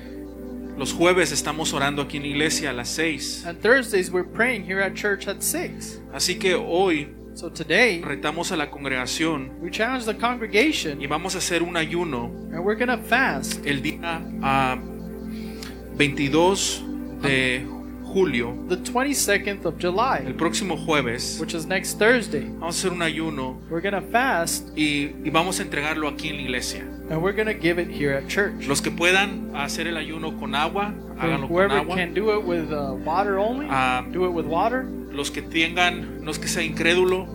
C: Los jueves estamos orando aquí en la iglesia a las 6.
B: and Thursdays, we're praying here at church at 6.
C: Así que hoy
B: So, today,
C: retamos a la congregación
B: we challenge the
C: y
B: congregation,
C: vamos a hacer un ayuno
B: and we're going to fast
C: el día ah, 22 de julio,
B: the 22nd of
C: el
B: July,
C: próximo jueves,
B: which is next Thursday.
C: vamos a hacer un ayuno
B: We're going to fast
C: y, y vamos a entregarlo aquí en la iglesia.
B: and we're going to give it here at church.
C: Los que puedan hacer el ayuno con agua, háganlo con
B: Whoever
C: agua.
B: can do it with uh, water only,
C: Um,
B: do it with water.
C: Los que tengan, no es que sea incrédulo,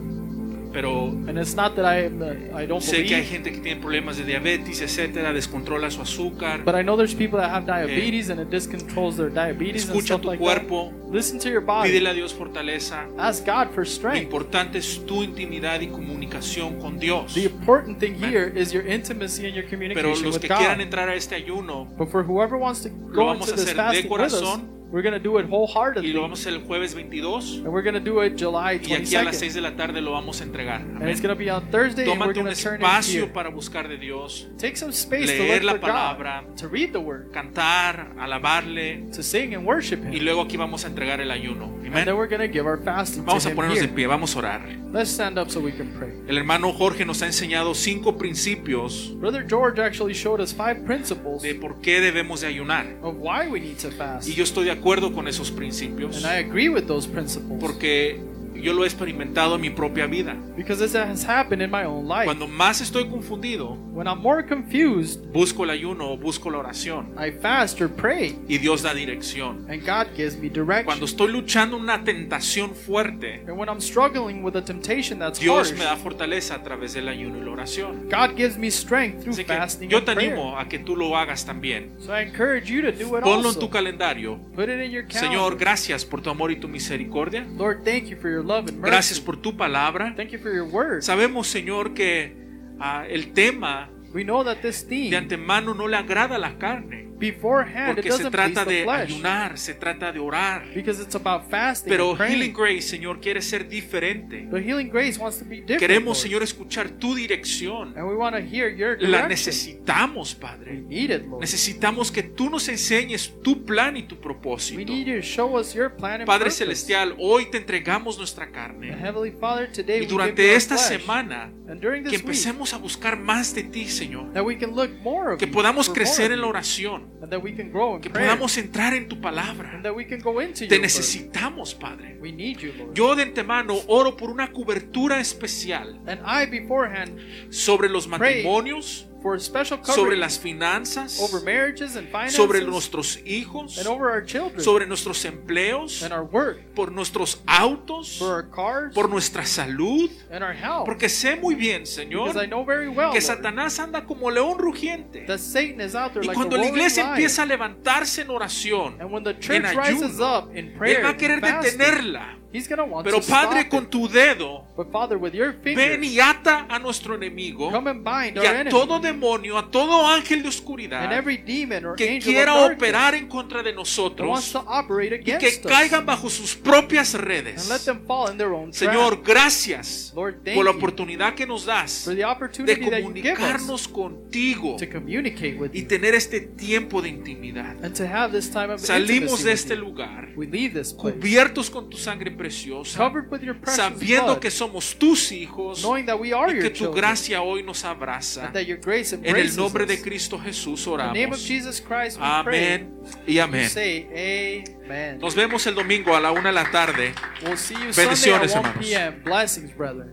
C: pero
B: And it's not that I am, uh, I don't
C: sé que hay
B: believe,
C: gente que tiene problemas de diabetes, etcétera, descontrola su azúcar.
B: but I know there's people that have diabetes and it discontrols their diabetes and
C: Eh, Escucha
B: stuff
C: tu
B: like
C: cuerpo.
B: that. Listen to your body.
C: Pídele a Dios fortaleza.
B: Ask God for
C: Lo
B: strength.
C: importante es tu intimidad y comunicación con Dios.
B: The important thing
C: Amen.
B: here is your intimacy and your
C: Pero
B: communication
C: los
B: with
C: que quieran
B: God.
C: entrar a este ayuno
B: But for whoever wants to go
C: vamos
B: into
C: a
B: this
C: hacer de
B: fasting with us,
C: corazón.
B: we're going to do it
C: y
B: wholeheartedly.
C: lo vamos a hacer el jueves 22
B: And we're going to do it July
C: y aquí a las
B: 22nd.
C: 6 de la tarde lo vamos a entregar.
B: And it's
C: Amén.
B: going to be on Thursday and we're
C: Tómate un
B: going to turn it
C: espacio
B: here.
C: para buscar de Dios,
B: Take some space to
C: leer
B: look
C: la
B: for God,
C: palabra.
B: to read the word,
C: cantar, alabarle
B: to sing and worship Him.
C: y luego aquí vamos a entregar el ayuno.
B: And then
C: Amén.
B: we're going to give our fasting
C: Vamos
B: to
C: a
B: Him
C: ponernos de
B: here.
C: pie, vamos a orar.
B: Let's stand up so we can pray.
C: El hermano Jorge nos ha enseñado cinco principios
B: Brother George actually showed us five principles
C: de por qué debemos de ayunar.
B: of why we need to fast.
C: Y yo estoy de acuerdo con esos principios
B: And I agree with those principles
C: porque yo lo he experimentado en mi propia vida.
B: because this has happened in my own life.
C: Cuando más estoy confundido,
B: When I'm more confused,
C: busco el ayuno o busco la oración
B: I fast or pray,
C: y Dios da dirección.
B: and God gives me direction.
C: Cuando estoy luchando una tentación fuerte,
B: and when I'm struggling with a temptation that's
C: Dios
B: harsh,
C: me da fortaleza a través del ayuno y la oración.
B: God gives me strength through
C: Así que
B: fasting
C: yo
B: and
C: te
B: prayer.
C: animo a que tú lo hagas también.
B: So I encourage you to do it
C: Ponlo en
B: also.
C: tu calendario.
B: Put it in your calendar.
C: Señor, gracias por tu amor y tu misericordia.
B: Lord, thank you for your love and mercy.
C: Gracias por tu palabra.
B: Thank you for your word.
C: Sabemos, Señor, que ah, el tema
B: We know that this theme
C: de antemano no le agrada a la carne,
B: beforehand it
C: porque se
B: doesn't please
C: trata
B: the
C: de
B: flesh
C: ayunar, se trata de orar.
B: because it's about fasting
C: Pero
B: and praying.
C: Healing Grace, Señor, quiere ser diferente.
B: But healing grace wants to be different.
C: Queremos,
B: Lord.
C: Señor, escuchar tu dirección.
B: and we want to hear your
C: La
B: direction.
C: necesitamos,
B: We
C: Padre.
B: need it, Lord.
C: Necesitamos que tú nos enseñes tu plan y tu
B: We
C: propósito.
B: need you to show us your plan and
C: Padre
B: purpose.
C: Celestial, hoy te entregamos nuestra
B: And
C: carne.
B: Heavenly Father, today
C: Y
B: we give you
C: durante
B: our
C: esta
B: flesh.
C: semana,
B: and during
C: que
B: this week,
C: empecemos a buscar más de ti, Señor.
B: that we can look more of
C: Que
B: you,
C: podamos
B: for
C: crecer
B: more of
C: en la
B: you,
C: oración.
B: and that we can grow in
C: Que
B: prayer,
C: podamos entrar en tu palabra.
B: and that we can go into
C: Te
B: your word.
C: necesitamos, Padre.
B: We need you, Lord.
C: Yo de antemano oro por una cobertura especial
B: and I beforehand
C: sobre los matrimonios,
B: for special coverage
C: sobre las finanzas,
B: over marriages and finances
C: sobre nuestros hijos,
B: and over our children
C: sobre nuestros empleos,
B: and our work,
C: por nuestros autos,
B: for our cars
C: por nuestra salud.
B: and our health.
C: Porque sé muy bien,
B: because I
C: Señor,
B: know very well
C: que
B: Lord,
C: Satanás anda como león rugiente.
B: that Satan is out there
C: Y
B: like
C: cuando
B: a
C: la
B: roaring
C: iglesia
B: lion.
C: empieza a levantarse en oración,
B: and when the
C: en
B: church rises
C: ayuno,
B: up in prayer,
C: Él va a querer
B: and fasting,
C: detenerla.
B: he's going to want
C: Pero
B: to stop
C: Padre,
B: it.
C: con tu dedo,
B: But Father, with your finger,
C: ven y ata a nuestro enemigo
B: come and bind
C: y
B: our
C: a
B: enemy
C: todo demonio, a todo ángel de
B: and
C: oscuridad
B: every demon or
C: que
B: angel of
C: quiera
B: darkness
C: operar en contra de
B: that wants
C: nosotros
B: to operate
C: y
B: against
C: que
B: us
C: caigan bajo sus propias
B: and let
C: redes.
B: them fall in their own
C: Señor,
B: trap.
C: gracias
B: Lord, thank
C: por la
B: you
C: oportunidad que nos das
B: for the
C: de
B: opportunity that you give us
C: comunicarnos contigo
B: to communicate with
C: y
B: you
C: tener este tiempo de intimidad.
B: and to have this time of
C: Salimos
B: intimacy
C: de
B: with
C: este
B: you.
C: lugar
B: We leave this place
C: cubiertos con tu sangre preciosa,
B: covered with your precious
C: sabiendo
B: blood,
C: que somos tus hijos
B: knowing that we are
C: y
B: your
C: que tu
B: children,
C: gracia hoy nos abraza.
B: and that your grace
C: En
B: embraces
C: el nombre de
B: us.
C: Cristo Jesús
B: In the name of
C: oramos.
B: Jesus Christ, we
C: Amén y
B: pray. We
C: amén.
B: say amen.
C: Nos vemos el domingo a la una de la tarde.
B: We'll see you Sunday at 1
C: Bendiciones, hermanos.
B: p.m. Blessings, brethren.